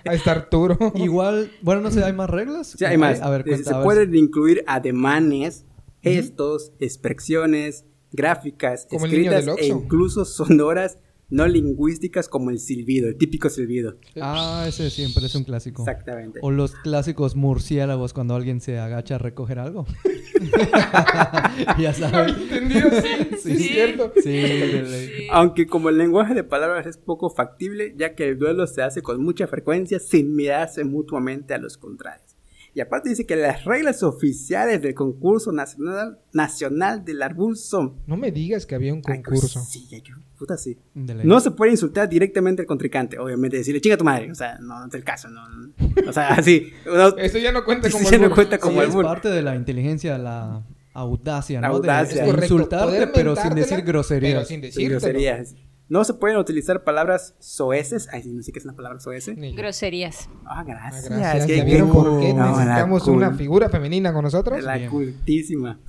Speaker 3: Ahí está Arturo.
Speaker 2: igual, bueno, no sé, ¿hay más reglas?
Speaker 1: Sí, hay más.
Speaker 2: A ver, cuenta,
Speaker 1: se
Speaker 2: a ver.
Speaker 1: pueden incluir ademanes, gestos, expresiones, gráficas,
Speaker 3: Como el niño
Speaker 1: escritas
Speaker 3: del
Speaker 1: e
Speaker 3: Oxxo.
Speaker 1: incluso sonoras no lingüísticas como el silbido, el típico silbido.
Speaker 2: Ah, ese siempre es un clásico.
Speaker 1: Exactamente.
Speaker 2: O los clásicos murciélagos cuando alguien se agacha a recoger algo. ya
Speaker 3: Lo había
Speaker 2: sabes.
Speaker 3: entendido, sí, sí, es cierto.
Speaker 2: Sí, de ley.
Speaker 1: Aunque como el lenguaje de palabras es poco factible, ya que el duelo se hace con mucha frecuencia sin mirarse mutuamente a los contrarios. Y aparte dice que las reglas oficiales del concurso nacional, nacional del árbol son
Speaker 3: No me digas que había un
Speaker 1: Ay,
Speaker 3: concurso.
Speaker 1: pues, sí, yo- puta, sí.
Speaker 2: De ley.
Speaker 1: No se puede insultar directamente al contrincante, obviamente, decirle chinga tu madre, o sea, no, no es el caso, no, no. o sea, así, no,
Speaker 3: Eso ya no cuenta como
Speaker 1: Sí, ya no
Speaker 3: albur.
Speaker 1: cuenta
Speaker 2: Sí,
Speaker 1: como
Speaker 2: es
Speaker 1: albur.
Speaker 2: parte de la inteligencia, la audacia,
Speaker 1: La
Speaker 2: ¿no? De-
Speaker 1: audacia. Es
Speaker 2: de
Speaker 3: correcto,
Speaker 2: insultarte,
Speaker 3: poder
Speaker 2: pero sin
Speaker 3: mentártela,
Speaker 2: decir groserías.
Speaker 3: Pero sin
Speaker 1: sin
Speaker 3: decírtelo.
Speaker 1: groserías. No se pueden utilizar palabras soeces, ay, sí, no sé qué es una palabra soese.
Speaker 3: Ni-
Speaker 4: Groserías.
Speaker 1: Ah,
Speaker 3: Ah,
Speaker 1: gracias.
Speaker 3: gracias.
Speaker 1: que-
Speaker 3: ¿Ya vieron
Speaker 1: que-
Speaker 3: por qué
Speaker 1: no, la
Speaker 3: necesitamos
Speaker 1: cul-
Speaker 3: una figura femenina con nosotros?
Speaker 1: La
Speaker 2: Bien.
Speaker 1: cultísima.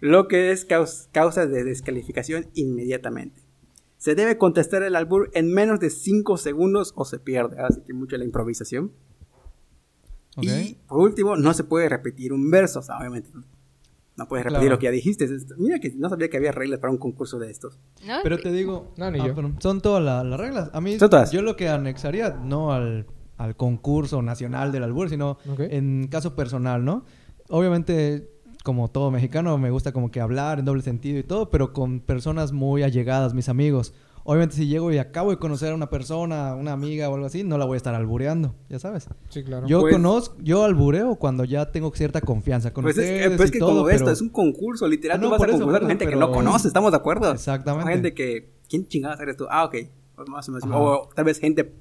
Speaker 1: Lo que es caus- causa de descalificación inmediatamente. Se debe contestar el albur en menos de 5 segundos o se pierde, así que mucho la improvisación.
Speaker 2: Ok.
Speaker 1: Y por último, no se puede repetir un verso, o sea, obviamente. No puedes repetir
Speaker 2: Claro.
Speaker 1: lo que ya dijiste. Es- Mira que no sabía que había reglas para un concurso de estos.
Speaker 4: ¿No?
Speaker 2: Pero te digo, ah,
Speaker 3: No, ni yo.
Speaker 2: perdón, son todas la- las reglas. A mí,
Speaker 1: Son todas.
Speaker 2: yo lo que anexaría, no al, al concurso nacional del albur, sino
Speaker 3: Ok.
Speaker 2: en caso personal, ¿no? Obviamente, como todo mexicano, me gusta como que hablar en doble sentido y todo, pero con personas muy allegadas, mis amigos. Obviamente si llego y acabo de conocer a una persona, una amiga o algo así, no la voy a estar albureando, ya sabes.
Speaker 3: Sí, claro.
Speaker 2: Yo
Speaker 1: Pues-
Speaker 2: conozco, yo albureo cuando ya tengo cierta confianza con
Speaker 1: Pues es,
Speaker 2: ustedes
Speaker 1: eh, pues es
Speaker 2: y
Speaker 1: que
Speaker 2: todo,
Speaker 1: como esto
Speaker 2: pero-
Speaker 1: es un concurso, literal,
Speaker 2: Ah,
Speaker 1: tú
Speaker 2: no,
Speaker 1: vas a
Speaker 2: por eso,
Speaker 1: concursar
Speaker 2: por
Speaker 1: con
Speaker 2: eso,
Speaker 1: gente que
Speaker 2: pero-
Speaker 1: no conoces, estamos de acuerdo.
Speaker 2: Exactamente.
Speaker 1: Con gente que, ¿quién chingados eres tú? Ah, ok. O Más o, menos,
Speaker 2: Ajá.
Speaker 1: o tal vez gente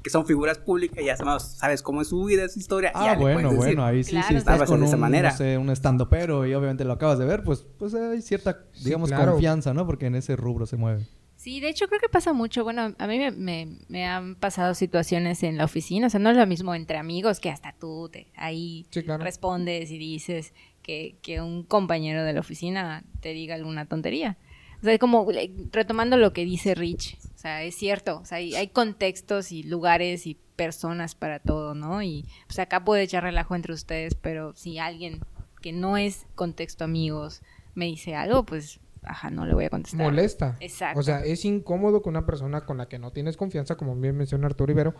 Speaker 1: que son figuras públicas y ya sabes, sabes cómo es su vida, su historia. y
Speaker 2: Ah,
Speaker 1: ya le
Speaker 2: bueno,
Speaker 1: puedes decir.
Speaker 2: bueno, ahí sí,
Speaker 4: Claro,
Speaker 2: sí estás
Speaker 1: Estabas
Speaker 2: con
Speaker 1: de
Speaker 2: un,
Speaker 1: esa manera.
Speaker 2: no sé, un estandopero y obviamente lo acabas de ver, pues, pues hay cierta,
Speaker 3: Sí,
Speaker 2: digamos,
Speaker 3: claro.
Speaker 2: confianza, ¿no? Porque en ese rubro se mueve.
Speaker 4: Sí, de hecho creo que pasa mucho. Bueno, a mí me, me- me han pasado situaciones en la oficina, o sea, no es lo mismo entre amigos que hasta tú te, ahí
Speaker 3: Sí, claro.
Speaker 4: respondes y dices que, que un compañero de la oficina te diga alguna tontería. O sea, como le- retomando lo que dice Rich, o sea, es cierto, o sea, hay, hay contextos y lugares y personas para todo, ¿no? Y pues acá puede echar relajo entre ustedes, pero si alguien que no es contexto amigos me dice algo, pues, ajá, no le voy a contestar.
Speaker 3: Molesta.
Speaker 4: Exacto.
Speaker 3: O sea, es incómodo que una persona con la que no tienes confianza, como bien menciona Arturo Ibero,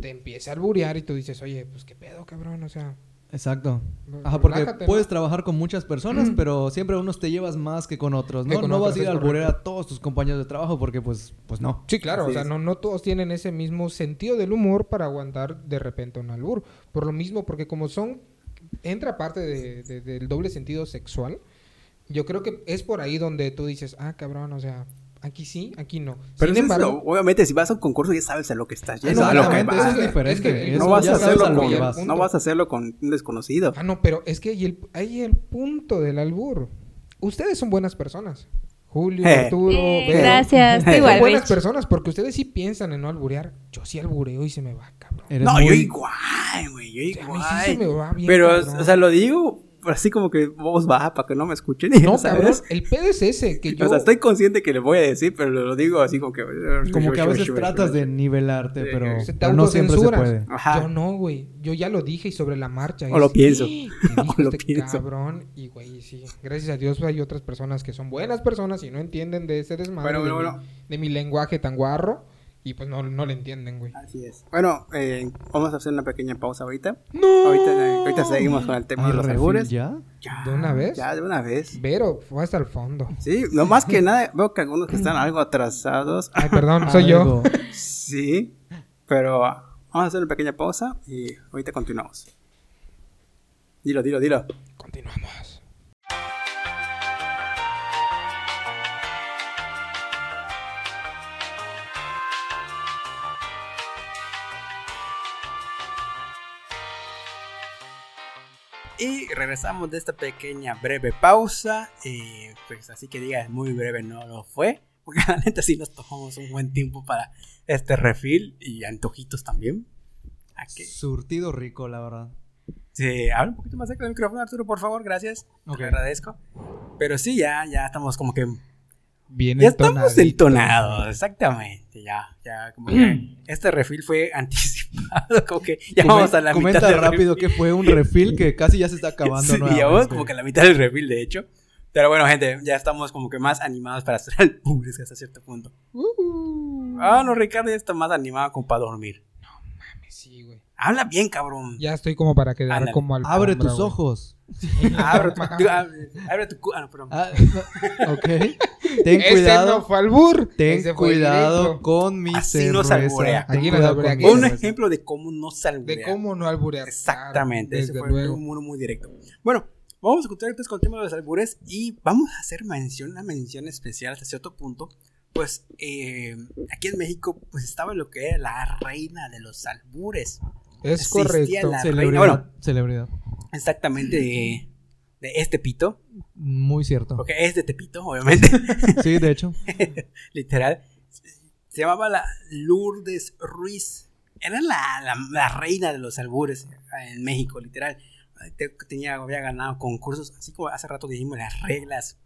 Speaker 3: te empiece a alburear y tú dices, oye, pues qué pedo, cabrón, o sea.
Speaker 2: Exacto.
Speaker 3: No,
Speaker 2: Ajá, porque
Speaker 3: Pues relájate, ¿no? Mm.
Speaker 2: puedes trabajar con muchas personas, pero siempre a unos te llevas más que con otros,
Speaker 3: Que
Speaker 2: ¿no?
Speaker 3: con
Speaker 2: no vas
Speaker 3: otros,
Speaker 2: a ir
Speaker 3: es
Speaker 2: a alburear
Speaker 3: correcto.
Speaker 2: a todos tus compañeros de trabajo porque, pues, pues no.
Speaker 3: Sí, claro,
Speaker 1: Así
Speaker 3: o sea,
Speaker 1: es.
Speaker 3: no, no todos tienen ese mismo sentido del humor para aguantar de repente un albur. Por lo mismo, porque como son, entra parte de- de- del doble sentido sexual, yo creo que es por ahí donde tú dices, ah, cabrón, o sea, aquí sí, aquí no.
Speaker 1: Pero
Speaker 3: Sin
Speaker 1: eso es lo-
Speaker 3: embargo,
Speaker 1: obviamente, si vas a un concurso, ya sabes a lo que estás
Speaker 2: Eso,
Speaker 1: yendo, a lo que
Speaker 2: exactamente, Ah, eso
Speaker 1: vas.
Speaker 2: es diferente.
Speaker 3: Es que
Speaker 2: eso
Speaker 1: No vas,
Speaker 2: ya
Speaker 1: a
Speaker 2: sabes
Speaker 1: hacerlo
Speaker 2: lo que
Speaker 1: con,
Speaker 2: vas.
Speaker 1: no vas a hacerlo con un desconocido.
Speaker 3: Ah, no, pero es que ahí el, ahí el punto del albur. Ustedes son buenas personas. Julio,
Speaker 1: Eh.
Speaker 3: Arturo,
Speaker 4: Eh,
Speaker 3: Vero.
Speaker 4: gracias, tú
Speaker 3: Son
Speaker 4: igual,
Speaker 3: buenas
Speaker 4: Rich.
Speaker 3: personas porque ustedes sí piensan en no alburear. Yo sí albureo y se me va, cabrón.
Speaker 2: Eres
Speaker 1: No,
Speaker 2: muy-
Speaker 1: yo igual, güey, yo
Speaker 3: O sea, a mí sí se me
Speaker 1: igual.
Speaker 3: va bien,
Speaker 1: Pero,
Speaker 3: cabrón.
Speaker 1: o sea, lo digo así como que voz baja para que no me escuchen.
Speaker 3: no, cabrón,
Speaker 1: ¿sabes?
Speaker 3: el pedo es ese que yo
Speaker 1: O sea, estoy consciente que le voy a decir, pero lo digo así como que...
Speaker 2: Como que a veces tratas de nivelarte,
Speaker 1: Sí,
Speaker 2: pero,
Speaker 1: se
Speaker 3: te
Speaker 2: pero no siempre se
Speaker 3: autocensuras.
Speaker 2: puede.
Speaker 1: Ajá.
Speaker 3: Yo no, güey. Yo ya lo dije y sobre la marcha.
Speaker 1: O lo
Speaker 3: es,
Speaker 1: pienso.
Speaker 3: "¿Qué dijo
Speaker 1: O lo
Speaker 3: este
Speaker 1: pienso.
Speaker 3: cabrón. Y, güey, sí. Gracias a Dios hay otras personas que son buenas personas y no entienden de ese desmadre.
Speaker 1: Bueno, bueno,
Speaker 3: de, mi, de mi lenguaje tan guarro. Y pues no, no le entienden, güey.
Speaker 1: Así es. Bueno, eh, vamos a hacer una pequeña pausa ahorita.
Speaker 3: ¡No!
Speaker 1: Ahorita, eh, ahorita seguimos con el tema
Speaker 2: Ay,
Speaker 1: de los
Speaker 2: refil,
Speaker 1: albures.
Speaker 2: ¿Ya?
Speaker 1: Ya,
Speaker 3: ¿De una vez?
Speaker 1: Ya, de una vez.
Speaker 3: Vero fue hasta el fondo.
Speaker 1: Sí, no más que nada, veo que algunos que están algo atrasados.
Speaker 3: Ay, perdón, soy yo.
Speaker 2: Algo.
Speaker 1: Sí, pero ah, vamos a hacer una pequeña pausa y ahorita continuamos. Dilo, dilo, dilo.
Speaker 3: Continuamos.
Speaker 1: Y regresamos de esta pequeña breve pausa. Y pues así que diga, muy breve no lo fue. Porque la neta sí nos tomamos un buen tiempo para este refil y antojitos también. ¿A que
Speaker 2: Surtido rico, la verdad.
Speaker 1: Sí, habla un poquito más cerca del micrófono, Arturo, por favor, gracias.
Speaker 2: Ok.
Speaker 1: Te agradezco. Pero sí, ya, ya estamos como que.
Speaker 3: Bien
Speaker 1: Ya estamos entonados, exactamente. Ya, ya, como que este refil fue anticipado, como que ya vamos a la
Speaker 2: Comenta
Speaker 1: mitad del
Speaker 2: rápido
Speaker 1: refil.
Speaker 2: que fue un refill que casi ya se está acabando.
Speaker 1: Sí, ya vamos
Speaker 2: nuevamente.
Speaker 1: como que a la mitad del refil, de hecho. Pero bueno, gente, ya estamos como que más animados para hacer el público hasta cierto punto. Ah, no, Ricardo ya está más animado como para dormir.
Speaker 3: Sí, güey.
Speaker 1: Habla bien, cabrón.
Speaker 3: Ya estoy como para quedar
Speaker 1: Ándale.
Speaker 3: como al
Speaker 2: Abre tus ojos.
Speaker 1: Abre tu, tú- abre, abre tu cu- ah, no, perdón.
Speaker 2: Ah, no, ok. Ten
Speaker 3: Ese
Speaker 2: cuidado.
Speaker 3: no fue albur.
Speaker 2: Ten
Speaker 3: Ese fue
Speaker 2: cuidado
Speaker 3: directo.
Speaker 2: con mi
Speaker 1: Así no
Speaker 2: cerveza.
Speaker 1: salvorea.
Speaker 2: Ten
Speaker 3: Aquí no
Speaker 2: cuidado
Speaker 3: salvorea,
Speaker 2: con mi
Speaker 3: aquí
Speaker 1: un
Speaker 2: cerveza.
Speaker 1: ejemplo de cómo no salvorear.
Speaker 3: De cómo no alburear.
Speaker 1: Exactamente,
Speaker 3: Claro,
Speaker 1: ese
Speaker 3: Desde
Speaker 1: fue
Speaker 3: luego.
Speaker 1: un muro muy directo. Bueno, vamos a continuar entonces con el tema de los albures y vamos a hacer mención, una mención especial hasta cierto punto. Pues eh, aquí en México pues estaba lo que era la reina de los albures.
Speaker 3: Es
Speaker 1: Existía
Speaker 3: correcto.
Speaker 1: la-
Speaker 2: Celebridad.
Speaker 1: Bueno.
Speaker 2: celebridad.
Speaker 1: Exactamente de, de este pito,
Speaker 2: Muy cierto.
Speaker 1: porque es de Tepito, obviamente,
Speaker 2: Sí, de hecho.
Speaker 1: literal. Se llamaba la Lourdes Ruiz. Era la, la- la reina de los albures en México, literal. Te- Tenía, había ganado concursos, así como hace rato dijimos las reglas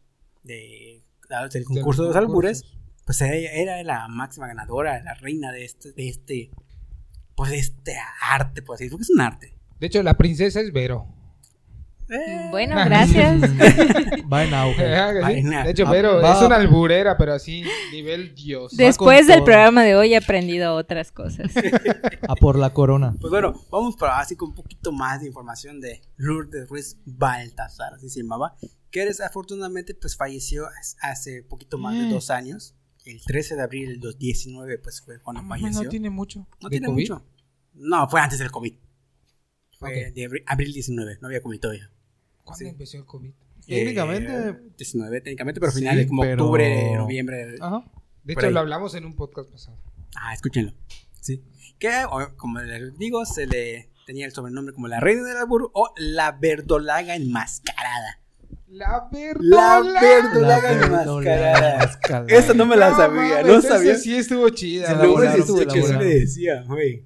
Speaker 1: de, del
Speaker 3: De los
Speaker 1: concurso de los albures.
Speaker 3: concursos.
Speaker 1: pues ella era la máxima ganadora, la reina de este, de este, pues de este arte, por así decirlo, porque es un arte.
Speaker 3: De hecho, la princesa es Vero.
Speaker 1: Eh,
Speaker 4: Bueno, gracias.
Speaker 2: Ah. Va en auge.
Speaker 1: Vaina.
Speaker 3: De hecho,
Speaker 2: Ah,
Speaker 3: Vero
Speaker 2: va.
Speaker 3: es una alburera, pero así, nivel Dios.
Speaker 4: Después del
Speaker 2: todo.
Speaker 4: programa de hoy he aprendido otras cosas.
Speaker 2: A por la corona.
Speaker 1: Pues bueno, vamos para así con un poquito más de información de Lourdes Ruiz Baltasar, así se llamaba, que desafortunadamente pues falleció hace poquito más de
Speaker 3: Mm.
Speaker 1: dos años. el 13 de abril del 2019, pues fue cuando falleció.
Speaker 3: no tiene mucho.
Speaker 1: No
Speaker 3: ¿De
Speaker 1: tiene
Speaker 3: COVID?
Speaker 1: mucho. No, fue antes del COVID. Fue
Speaker 3: Ok.
Speaker 1: de abri- abril 19, no había COVID todavía.
Speaker 3: ¿Cuándo
Speaker 1: Sí.
Speaker 3: empezó el COVID?
Speaker 2: Técnicamente-
Speaker 1: Eh, 19, técnicamente, pero
Speaker 2: Sí,
Speaker 1: finales como
Speaker 2: pero-
Speaker 1: octubre, noviembre.
Speaker 2: Ajá.
Speaker 3: De
Speaker 1: Por
Speaker 3: hecho,
Speaker 1: ahí.
Speaker 3: lo hablamos en un podcast pasado.
Speaker 1: Ah, escúchenlo. Sí. Que, o- como les digo, se le tenía el sobrenombre como la reina del albur o la verdolaga enmascarada.
Speaker 3: La verdad.
Speaker 1: La verdolaga
Speaker 2: La
Speaker 1: enmascarada.
Speaker 2: escalada.
Speaker 1: Esa no me la sabía, no sabía.
Speaker 3: Esa sí estuvo chida.
Speaker 2: Se
Speaker 3: la
Speaker 2: la
Speaker 1: Luego
Speaker 3: verdad.
Speaker 2: volaron,
Speaker 1: ese
Speaker 2: se la
Speaker 1: chico sí le
Speaker 2: volaron.
Speaker 1: decía, güey.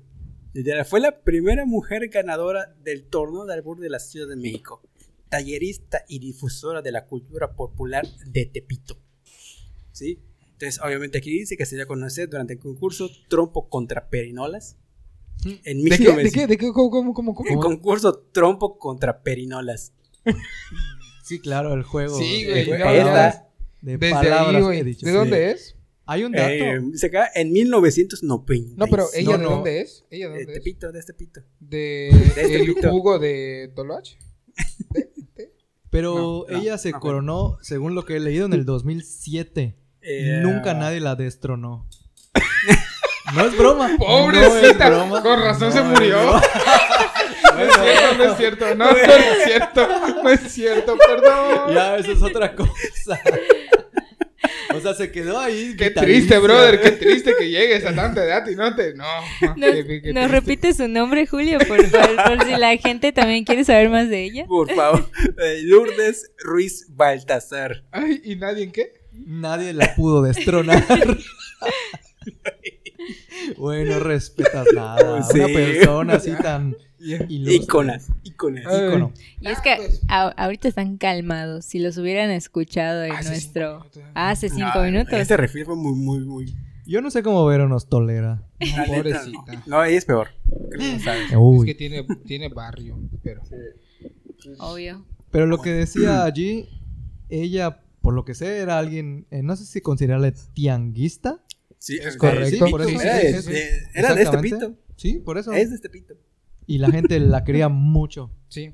Speaker 1: Literal, Fue la primera mujer ganadora del torneo de albur de la Ciudad de México. Tallerista y difusora de la cultura popular de Tepito. ¿Sí? Entonces, obviamente aquí dice que se dio a conocer durante el concurso Trompo contra Perinolas. En
Speaker 3: ¿De
Speaker 1: México
Speaker 3: qué? ¿De qué? ¿De qué? ¿Cómo? ¿Cómo? ¿Cómo?
Speaker 1: El
Speaker 3: cómo?
Speaker 1: concurso Trompo contra Perinolas.
Speaker 2: Sí, claro, el juego.
Speaker 3: Sí,
Speaker 2: de
Speaker 3: güey.
Speaker 1: Ahí
Speaker 3: ya, ya.
Speaker 1: está.
Speaker 2: De
Speaker 3: Desde
Speaker 2: palabras
Speaker 3: ahí,
Speaker 2: que
Speaker 3: güey.
Speaker 2: he dicho.
Speaker 3: ¿De dónde es?
Speaker 2: Hay un dato.
Speaker 1: Eh, se acaba en 1990.
Speaker 3: No, pero ella
Speaker 2: No,
Speaker 3: de
Speaker 2: no.
Speaker 3: dónde es? ¿Ella de
Speaker 1: De
Speaker 3: dónde es?
Speaker 1: Tepito, de este pito.
Speaker 3: De,
Speaker 1: este
Speaker 3: el
Speaker 1: pito.
Speaker 3: jugo de Toloach.
Speaker 2: pero
Speaker 1: no,
Speaker 2: ella se
Speaker 1: no, güey.
Speaker 2: coronó, según lo que he leído, en el 2007.
Speaker 1: Eh,
Speaker 2: Nunca nadie la destronó. no es broma.
Speaker 3: Pobrecita.
Speaker 2: No es broma.
Speaker 3: Con razón se
Speaker 2: No,
Speaker 3: murió.
Speaker 2: no.
Speaker 3: No es cierto, no es cierto, no, no es cierto, no es cierto, perdón.
Speaker 2: Ya, eso es otra cosa. O sea, se quedó ahí.
Speaker 3: Qué
Speaker 2: vitalicia.
Speaker 3: triste, brother, qué triste que llegues a tanta edad y no te... No,
Speaker 4: ¿Nos,
Speaker 3: qué- qué- qué triste.
Speaker 4: nos repite su nombre, Julio, por, favor, por si la gente también quiere saber más de ella?
Speaker 1: Por favor. Eh, Lourdes Ruiz Baltasar.
Speaker 3: Ay, ¿y nadie en qué?
Speaker 2: Nadie la pudo destronar. bueno, respetas nada.
Speaker 1: Sí.
Speaker 2: Una persona así tan ilustre.
Speaker 1: Iconas, iconas.
Speaker 3: Ay,
Speaker 2: Ícono.
Speaker 4: Y es
Speaker 3: Ah,
Speaker 4: que
Speaker 3: pues.
Speaker 4: a- ahorita están calmados. Si los hubieran escuchado en
Speaker 3: Ah, Hace
Speaker 4: nuestro... Ah.
Speaker 3: cinco minutos.
Speaker 4: hace cinco
Speaker 1: No,
Speaker 4: minutos.
Speaker 1: Este refil fue muy, muy, muy.
Speaker 2: Yo no sé cómo Vero nos tolera.
Speaker 1: La neta,
Speaker 3: pobrecita.
Speaker 1: No, no, ella es peor.
Speaker 2: Mm.
Speaker 1: Creo que sabes.
Speaker 2: Uy.
Speaker 3: Es que tiene, tiene barrio, pero...
Speaker 4: Obvio.
Speaker 2: Pero lo que decía allí, ella, por lo que sé, era alguien, eh, no sé si considerarle tianguista.
Speaker 1: Sí,
Speaker 3: Es
Speaker 1: eh,
Speaker 3: correcto,
Speaker 1: sí,
Speaker 3: por
Speaker 1: Pito,
Speaker 3: eso
Speaker 1: Era,
Speaker 3: sí,
Speaker 1: de,
Speaker 3: sí,
Speaker 1: de- era de este
Speaker 2: Exactamente.
Speaker 1: pito.
Speaker 2: Sí, por eso.
Speaker 1: Es de este pito.
Speaker 2: Y la gente la quería mucho.
Speaker 3: Sí.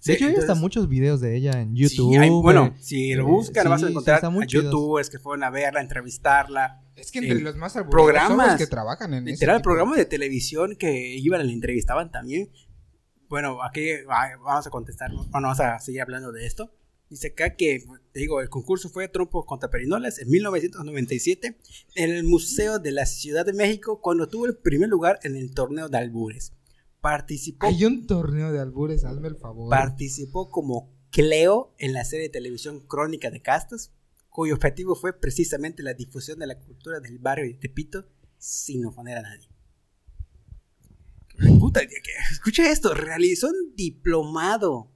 Speaker 1: Sí,
Speaker 2: de hecho, hay hasta
Speaker 1: entonces-
Speaker 2: muchos videos de ella en
Speaker 1: Sí,
Speaker 2: YouTube.
Speaker 1: hay- bueno,
Speaker 2: eh,
Speaker 1: si lo
Speaker 2: eh,
Speaker 1: buscan,
Speaker 2: sí,
Speaker 1: vas a
Speaker 2: sí,
Speaker 1: encontrar
Speaker 2: está muy
Speaker 1: a
Speaker 2: chido.
Speaker 1: youtubers que fueron a verla, a entrevistarla.
Speaker 3: Es que entre
Speaker 1: Eh,
Speaker 3: los más arboritos
Speaker 1: programas.
Speaker 3: son los que trabajan en ese
Speaker 1: Literal,
Speaker 3: tipo.
Speaker 1: programas de televisión que iban y la entrevistaban también. Bueno, aquí va- vamos a contestar, bueno, vamos a seguir hablando de esto. Dice acá que, te digo, el concurso fue Trompo contra Perinolas en 1997 en el Museo de la Ciudad de México cuando tuvo el primer lugar en el torneo de albures. Participó,
Speaker 3: Hay un torneo de albures, hazme el favor.
Speaker 1: participó como Cleo en la serie de televisión Crónica de Castas, cuyo objetivo fue precisamente la difusión de la cultura del barrio de Tepito sin ofender a nadie. Puta, que- que- escucha esto, realizó un diplomado.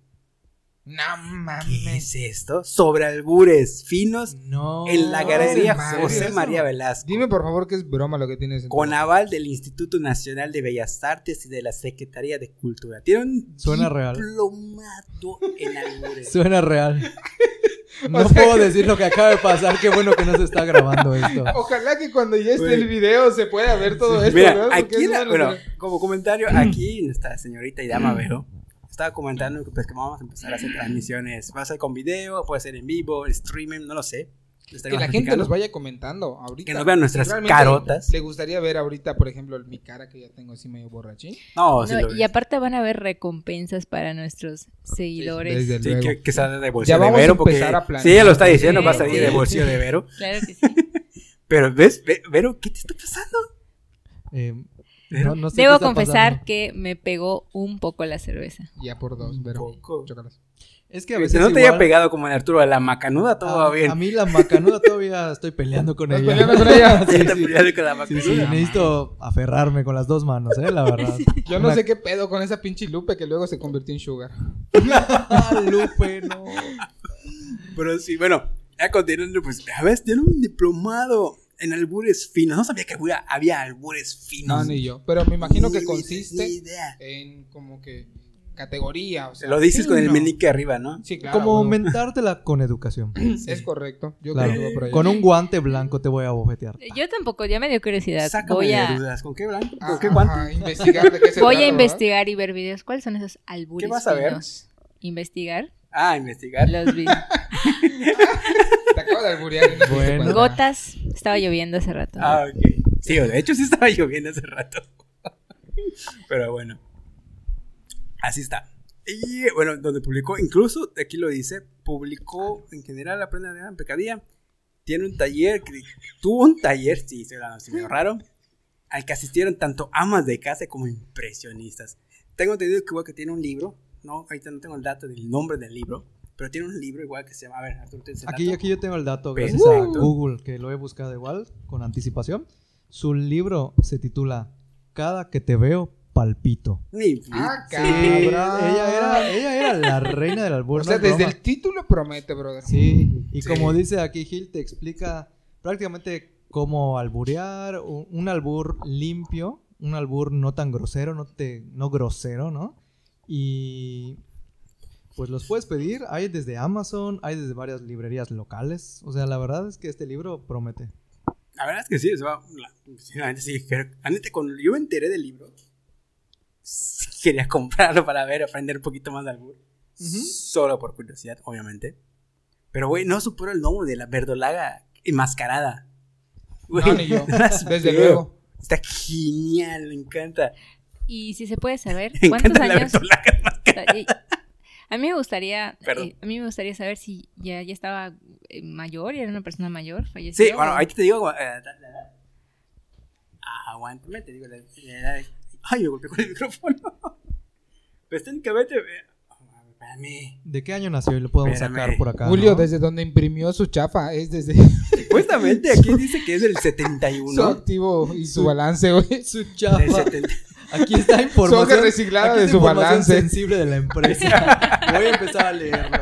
Speaker 3: No
Speaker 1: ¿Qué
Speaker 3: mames.
Speaker 1: es esto? Sobre albures finos
Speaker 2: No.
Speaker 1: en la galería
Speaker 3: madre.
Speaker 1: José
Speaker 3: Eso.
Speaker 1: María Velasco.
Speaker 3: Dime por favor que es broma lo que tienes en tu
Speaker 1: Con
Speaker 3: boca.
Speaker 1: aval del Instituto Nacional de Bellas Artes y de la Secretaría de Cultura. Tiene un
Speaker 2: Suena real.
Speaker 1: diplomado en albures.
Speaker 2: Suena real. No
Speaker 3: sea
Speaker 2: puedo
Speaker 3: que-
Speaker 2: decir lo que acaba de pasar. Qué bueno que no se está grabando esto.
Speaker 3: Ojalá que cuando ya esté
Speaker 1: Güey.
Speaker 3: el video se pueda ver todo esto,
Speaker 1: Mira,
Speaker 3: ¿verdad? Porque
Speaker 1: aquí,
Speaker 3: es
Speaker 1: la-
Speaker 3: una
Speaker 1: bueno,
Speaker 3: locura.
Speaker 1: como comentario, aquí nuestra señorita Idama
Speaker 3: Mm.
Speaker 1: Vero estaba comentando que, pues, que vamos a empezar a hacer transmisiones. Va a ser con video, puede ser en vivo, streaming, no lo sé. Lo
Speaker 3: que
Speaker 1: estaremos
Speaker 3: la gente
Speaker 1: platicando.
Speaker 3: nos vaya comentando ahorita.
Speaker 1: Que nos vean nuestras
Speaker 3: Realmente
Speaker 1: carotas.
Speaker 3: Le gustaría ver ahorita, por ejemplo, mi cara que ya tengo así medio borrachín.
Speaker 1: No, Ah, sí
Speaker 4: No,
Speaker 1: lo-
Speaker 4: y aparte van a haber recompensas para nuestros seguidores.
Speaker 3: Desde
Speaker 1: sí,
Speaker 3: luego.
Speaker 1: que, que salga de bolsillo
Speaker 3: Ya
Speaker 1: de
Speaker 3: vamos a
Speaker 1: Vero. Porque
Speaker 3: empezar a planear.
Speaker 1: si ella lo está diciendo, va a
Speaker 4: Sí,
Speaker 1: salir
Speaker 4: sí.
Speaker 1: de bolsillo de Vero.
Speaker 4: Claro que sí.
Speaker 1: Pero, ¿ves? Ve- Vero, ¿qué te está pasando?
Speaker 2: Eh,
Speaker 1: Vero,
Speaker 2: no- no sé qué
Speaker 4: Debo
Speaker 2: está
Speaker 4: confesar
Speaker 2: pasando.
Speaker 4: que me pegó un poco la cerveza.
Speaker 3: Ya por dos, pero.
Speaker 1: Poco.
Speaker 3: chócalas.
Speaker 2: Es que a veces.
Speaker 1: Si no te haya
Speaker 2: igual- Ah,
Speaker 1: pegado como en Arturo a la macanuda, todo va
Speaker 2: a,
Speaker 1: bien.
Speaker 2: a mí la macanuda todavía estoy peleando con
Speaker 3: ¿Estás
Speaker 2: ella.
Speaker 3: peleando con ella?
Speaker 2: Sí,
Speaker 1: Ya te
Speaker 2: sí.
Speaker 1: peleaste con la
Speaker 2: Sí,
Speaker 1: macanuda.
Speaker 2: sí, necesito aferrarme con las dos manos, eh, la verdad.
Speaker 3: Yo no
Speaker 2: Una-
Speaker 3: sé qué pedo con esa pinche Lupe que luego se convirtió en Sugar.
Speaker 2: Ah, Lupe, no.
Speaker 1: Pero sí, bueno, ya continuando, pues, a ver, tiene un diplomado en albures finos. No sabía que había, había albures
Speaker 3: No,
Speaker 1: finos.
Speaker 3: ni yo. Pero me imagino que
Speaker 1: Ni- ni
Speaker 3: consiste
Speaker 1: idea.
Speaker 3: en como que categoría, o sea.
Speaker 1: Lo dices con el
Speaker 2: fino.
Speaker 1: menique arriba, ¿no?
Speaker 3: Sí, claro.
Speaker 2: Como
Speaker 3: güey.
Speaker 2: mentártela con educación.
Speaker 3: Es correcto. Yo
Speaker 2: Claro.
Speaker 3: creo que va por ahí.
Speaker 2: Con un guante blanco te voy a bofetear.
Speaker 4: Yo tampoco, ya me dio curiosidad.
Speaker 1: Sácame
Speaker 4: Voy
Speaker 1: de
Speaker 4: a,
Speaker 1: dudas. ¿Con qué blanco? ¿Con
Speaker 3: Ah,
Speaker 1: qué guante?
Speaker 3: ajá, investigar de qué se trata,
Speaker 4: voy a
Speaker 3: ¿verdad?
Speaker 4: investigar y ver videos. ¿Cuáles son esos albures
Speaker 1: ¿Qué vas a ver?
Speaker 4: finos? ¿Investigar?
Speaker 1: Ah, investigar.
Speaker 4: Los vi.
Speaker 3: Te acabo de alburear. y no te diste
Speaker 2: Bueno.
Speaker 3: cuenta.
Speaker 4: Gotas. Estaba lloviendo hace rato.
Speaker 1: Ah, ok. Sí, de hecho sí estaba lloviendo hace rato. Pero bueno. Así está. Y bueno, donde publicó, incluso aquí lo dice, publicó en general Aprende a Nadar en Pecadilla. Tiene un taller, que- tuvo un taller, sí, se me se me raro, al que asistieron tanto amas de casa como impresionistas. Tengo entendido que igual que tiene un libro, no, ahorita no tengo el dato del nombre del libro, pero tiene un libro igual que se llama, a ver, Arturo, ¿tienes el
Speaker 2: Aquí,
Speaker 1: dato?
Speaker 2: aquí yo tengo el dato,
Speaker 3: Pues,
Speaker 1: Pero-
Speaker 2: gracias a
Speaker 1: ¡Uh!
Speaker 2: Google, que lo he buscado igual, con anticipación. Su libro se titula Cada que te veo, palpito.
Speaker 1: Ni-
Speaker 3: Ah,
Speaker 2: Sí,
Speaker 3: cabrón.
Speaker 2: ella, era, ella era la reina del albur.
Speaker 3: O
Speaker 2: no
Speaker 3: sea,
Speaker 2: es
Speaker 3: desde
Speaker 2: broma.
Speaker 3: el título promete, brother.
Speaker 2: Sí, y
Speaker 1: Sí.
Speaker 2: como dice aquí Gil, te explica prácticamente cómo alburear, u- un albur limpio, un albur no tan grosero, no, te, no grosero, ¿no? Y pues los puedes pedir, hay desde Amazon, hay desde varias librerías locales, o sea, la verdad es que este libro promete.
Speaker 1: La verdad es que sí, o sea, la, sí, la neta sí, creo- la neta, cuando yo me enteré del libro, sí quería comprarlo para ver, aprender un poquito más de albur.
Speaker 2: Ujú.
Speaker 1: Solo por curiosidad, obviamente. Pero, güey, no supero el nombre de la verdolaga enmascarada. Güey,
Speaker 3: No, ni yo. Desde
Speaker 1: supero.
Speaker 3: luego.
Speaker 1: Está genial, me encanta.
Speaker 4: Y si se puede saber,
Speaker 1: Me
Speaker 4: ¿cuántos
Speaker 1: encanta la
Speaker 4: años?
Speaker 1: verdolaga enmascarada.
Speaker 4: Y- A mí me gustaría,
Speaker 1: Perdón.
Speaker 4: eh, a mí me gustaría saber si ya, ya estaba eh, mayor y era una persona mayor, falleció.
Speaker 1: Sí, bueno,
Speaker 4: o-
Speaker 1: ahí te digo. eh, la- la edad. Ah, Aguántame, te digo. la- la edad. Ay, me golpeé con el micrófono. Pues técnicamente. eh, Espérame.
Speaker 2: ¿De qué año nació? Y lo podemos
Speaker 1: Espérame.
Speaker 2: sacar por acá.
Speaker 3: Julio,
Speaker 2: ¿no?
Speaker 3: desde donde imprimió su chafa, es desde
Speaker 1: Supuestamente aquí dice que es del
Speaker 3: su
Speaker 1: 71.
Speaker 3: activo y su balance, güey.
Speaker 2: su
Speaker 1: Del
Speaker 2: chapa.
Speaker 1: 70.
Speaker 2: Aquí está información.
Speaker 3: Soja reciclada
Speaker 2: aquí
Speaker 3: de
Speaker 2: está
Speaker 3: su
Speaker 2: información
Speaker 3: balance.
Speaker 2: sensible de la empresa. Voy a empezar a leerlo.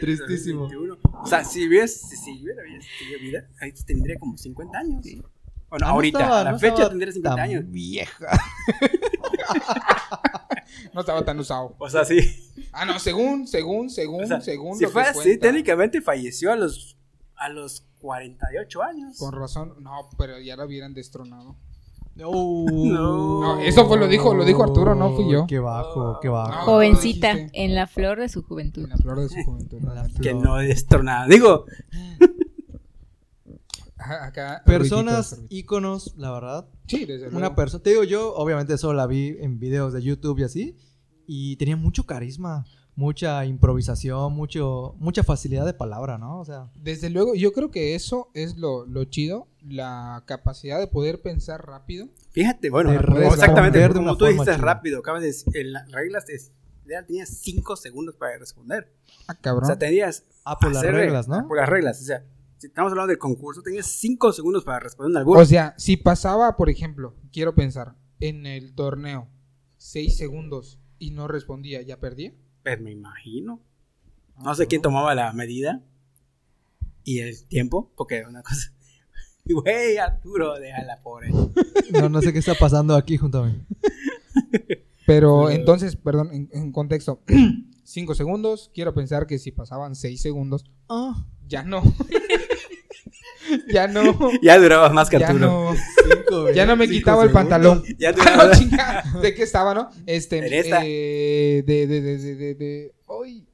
Speaker 2: Tristísimo.
Speaker 1: 71. O sea, si hubiera si, si hubiera tenido vida, ahí tendría como 50 años. Bueno,
Speaker 2: Ah, no
Speaker 1: ahorita,
Speaker 2: estaba-
Speaker 1: a la
Speaker 2: no
Speaker 1: fecha
Speaker 2: estaba
Speaker 1: tendría 50
Speaker 2: tan
Speaker 1: años.
Speaker 2: Vieja.
Speaker 3: No estaba tan usado.
Speaker 1: O sea, sí.
Speaker 3: Ah, no, según, según, según,
Speaker 1: O sea,
Speaker 3: según.
Speaker 1: si
Speaker 3: lo
Speaker 1: fue
Speaker 3: que
Speaker 1: así,
Speaker 3: cuenta.
Speaker 1: técnicamente falleció a los, a los 48 años.
Speaker 3: Con razón, no, pero ya lo hubieran destronado.
Speaker 1: No.
Speaker 3: No, eso fue lo dijo- lo dijo Arturo, no fui yo. Ah.
Speaker 2: Qué bajo, qué bajo.
Speaker 3: No.
Speaker 4: Jovencita,
Speaker 3: No, no dijiste.
Speaker 4: en la flor de su
Speaker 3: En
Speaker 4: juventud.
Speaker 3: la flor de su juventud.
Speaker 2: En la
Speaker 3: neta.
Speaker 1: Que no destronada. Digo,
Speaker 3: Ajá, Acá,
Speaker 2: Personas,
Speaker 3: ruiditos,
Speaker 2: íconos, la verdad.
Speaker 3: ruiditos. Sí, desde luego.
Speaker 2: Una persona. Te digo, yo obviamente eso la vi en videos de YouTube y así. Y tenía mucho carisma, mucha improvisación, mucho, mucha facilidad de palabra, ¿no? O sea,
Speaker 3: Desde luego, yo creo que eso es lo, lo chido, la capacidad de poder pensar rápido.
Speaker 1: fíjate, bueno,
Speaker 2: De
Speaker 1: como
Speaker 2: responder
Speaker 1: exactamente.
Speaker 2: de
Speaker 1: como
Speaker 2: una
Speaker 1: tú
Speaker 2: forma
Speaker 1: dijiste
Speaker 2: chida.
Speaker 1: rápido, acabas de decir, en las reglas es- ya tenía 5 segundos para responder.
Speaker 3: Ah,
Speaker 1: O
Speaker 3: cabrón.
Speaker 1: sea, tenías
Speaker 2: ah, por las
Speaker 1: hacer, eh,
Speaker 2: reglas, ¿no?
Speaker 1: Por las reglas, o sea, si estamos hablando del concurso, tenías 5 segundos para responder algún.
Speaker 3: O sea, si pasaba, por ejemplo, quiero pensar, en el torneo, seis segundos y no respondía, ¿ya perdía?
Speaker 1: pues me imagino.
Speaker 2: Ah,
Speaker 1: No sé quién tomaba la medida y el tiempo, porque una cosa. Güey, Arturo, déjala, pobre.
Speaker 2: No, no sé qué está pasando aquí junto a mí.
Speaker 3: Pero entonces, perdón, en, en contexto, cinco segundos, quiero pensar que si pasaban seis segundos,
Speaker 2: Ah,
Speaker 3: ya no. ya no.
Speaker 1: Ya durabas más que
Speaker 3: Ya
Speaker 1: Arturo.
Speaker 3: no.
Speaker 2: cinco,
Speaker 3: Ya no me
Speaker 2: cinco
Speaker 3: quitaba el
Speaker 2: segundos.
Speaker 3: pantalón.
Speaker 1: Ya
Speaker 3: Ah, no,
Speaker 1: durabas.
Speaker 3: chinga, ¿De qué estaba, no? Este.
Speaker 1: En esta.
Speaker 3: eh, de, de, de, de, de, de- ay.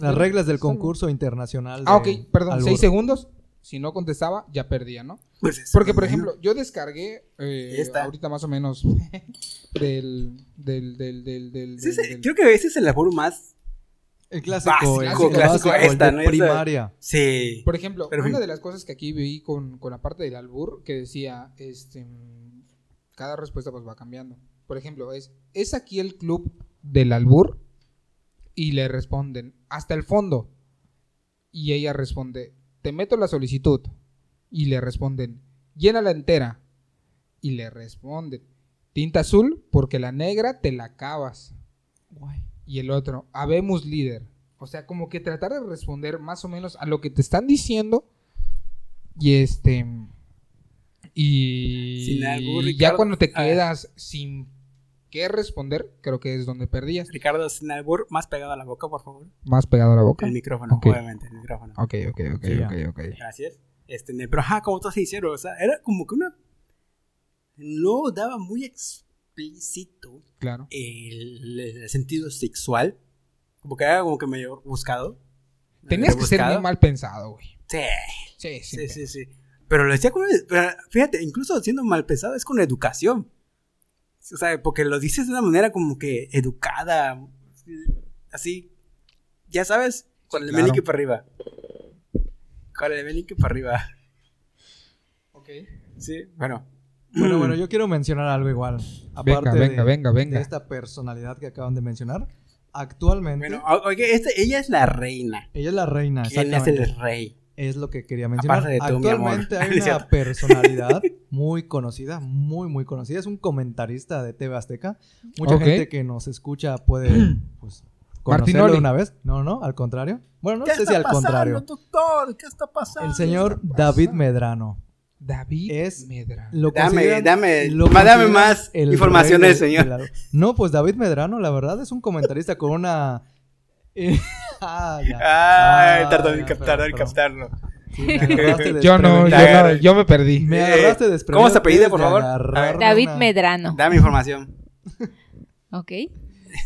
Speaker 2: Las reglas del concurso internacional.
Speaker 3: Ah, ok,
Speaker 2: de
Speaker 3: perdón,
Speaker 2: albur.
Speaker 3: seis segundos. Si no contestaba, ya perdía, ¿no?
Speaker 1: Pues eso,
Speaker 3: Porque, por
Speaker 1: me
Speaker 3: ejemplo, yo descargué eh,
Speaker 1: Ahí está.
Speaker 3: ahorita más o menos del. del. del. del. del,
Speaker 1: imagino. Sí, sí,
Speaker 3: del-
Speaker 1: creo que ese es el labor más.
Speaker 2: El clásico,
Speaker 1: Básico,
Speaker 2: el
Speaker 3: clásico,
Speaker 2: básico, el
Speaker 1: esta,
Speaker 2: de
Speaker 1: ¿no? Esa-
Speaker 2: primaria.
Speaker 1: Sí.
Speaker 3: Por ejemplo,
Speaker 1: Pero-
Speaker 3: una de las cosas que aquí vi con, con la parte del albur que decía, este, mm, cada respuesta pues va cambiando. Por ejemplo, es, ¿es aquí el club del albur? Y le responden, hasta el fondo. Y ella responde, te meto la solicitud. Y le responden, llénala entera. Y le responden, tinta azul porque la negra te la acabas. Y el otro, habemos líder. O sea, como que tratar de responder más o menos a lo que te están diciendo. Y este. Y
Speaker 1: Sin albur,
Speaker 3: ya
Speaker 1: Ricardo.
Speaker 3: cuando te
Speaker 1: A ver.
Speaker 3: quedas sin qué responder, creo que es donde perdías.
Speaker 1: Ricardo, sin albur, más pegado a la boca, por favor.
Speaker 3: Más pegado a la boca.
Speaker 1: El micrófono,
Speaker 3: Ok.
Speaker 1: obviamente, el micrófono.
Speaker 3: Ok, ok, ok,
Speaker 2: Sí, ya.
Speaker 3: ok, ok.
Speaker 1: Gracias. Este, ne- pero ajá, como todos se hicieron, o sea, era como que una. No daba muy ex- explícito
Speaker 3: Claro.
Speaker 1: el, el sentido sexual. Como que era como que medio buscado.
Speaker 3: Tenías
Speaker 1: Medio
Speaker 3: que ser
Speaker 1: buscado.
Speaker 3: muy mal pensado, güey.
Speaker 1: Sí,
Speaker 3: Sí, sí.
Speaker 1: sí, sí, sí. Pero lo decía con... pero Fíjate, incluso siendo mal pensado es con educación. O sea, porque lo dices de una manera como que educada. Así. Ya sabes, con el
Speaker 3: claro.
Speaker 1: meñique para arriba. Con el meñique para arriba.
Speaker 3: Ok.
Speaker 1: Sí, bueno.
Speaker 2: Bueno, bueno, yo quiero mencionar algo igual.
Speaker 3: Venga,
Speaker 2: Aparte
Speaker 3: venga,
Speaker 2: de,
Speaker 3: venga, venga.
Speaker 2: de esta personalidad que acaban de mencionar. Actualmente,
Speaker 1: Bueno, o- oye, este- ella es la reina.
Speaker 2: ella es la reina,
Speaker 1: ¿Quién es
Speaker 2: exactamente.
Speaker 1: el rey?
Speaker 2: Es lo que quería mencionar.
Speaker 1: Aparte de tú, mi amor.
Speaker 2: Actualmente
Speaker 1: No
Speaker 2: hay
Speaker 1: es
Speaker 2: una
Speaker 1: cierto.
Speaker 2: personalidad muy conocida, muy, muy conocida. Es un comentarista de TV Azteca. Mucha
Speaker 3: Ok.
Speaker 2: gente que nos escucha puede, pues, conocerlo
Speaker 3: Martinoli.
Speaker 2: una vez. No, no, al contrario. Bueno, no sé si al contrario.
Speaker 1: doctor? ¿Qué está pasando?
Speaker 2: El señor David Medrano.
Speaker 3: David
Speaker 2: Es-
Speaker 3: Medra.
Speaker 2: Lo
Speaker 1: Dame,
Speaker 2: consideran-
Speaker 1: dame,
Speaker 2: lo
Speaker 1: ma- dame
Speaker 2: consideran
Speaker 1: más
Speaker 2: el
Speaker 1: información
Speaker 2: rey
Speaker 1: del
Speaker 2: de-
Speaker 1: señor.
Speaker 2: de la- No, pues David Medrano, la verdad, es un comentarista con una... ah, ya.
Speaker 1: Ay,
Speaker 2: Ah,
Speaker 1: tardó en
Speaker 2: ya,
Speaker 1: captarlo, en
Speaker 2: perdón,
Speaker 1: captarlo.
Speaker 2: Sí, me agarraste
Speaker 3: Yo no, yo
Speaker 2: desprevenido.
Speaker 3: no, yo me perdí.
Speaker 2: Me
Speaker 1: Eh,
Speaker 2: agarraste desprevenido
Speaker 1: ¿cómo se apellida,
Speaker 2: antes
Speaker 1: por
Speaker 2: de
Speaker 1: favor?
Speaker 2: agarrarme
Speaker 1: A ver.
Speaker 4: David
Speaker 2: una-
Speaker 4: Medrano.
Speaker 1: Dame información.
Speaker 4: ¿Ok?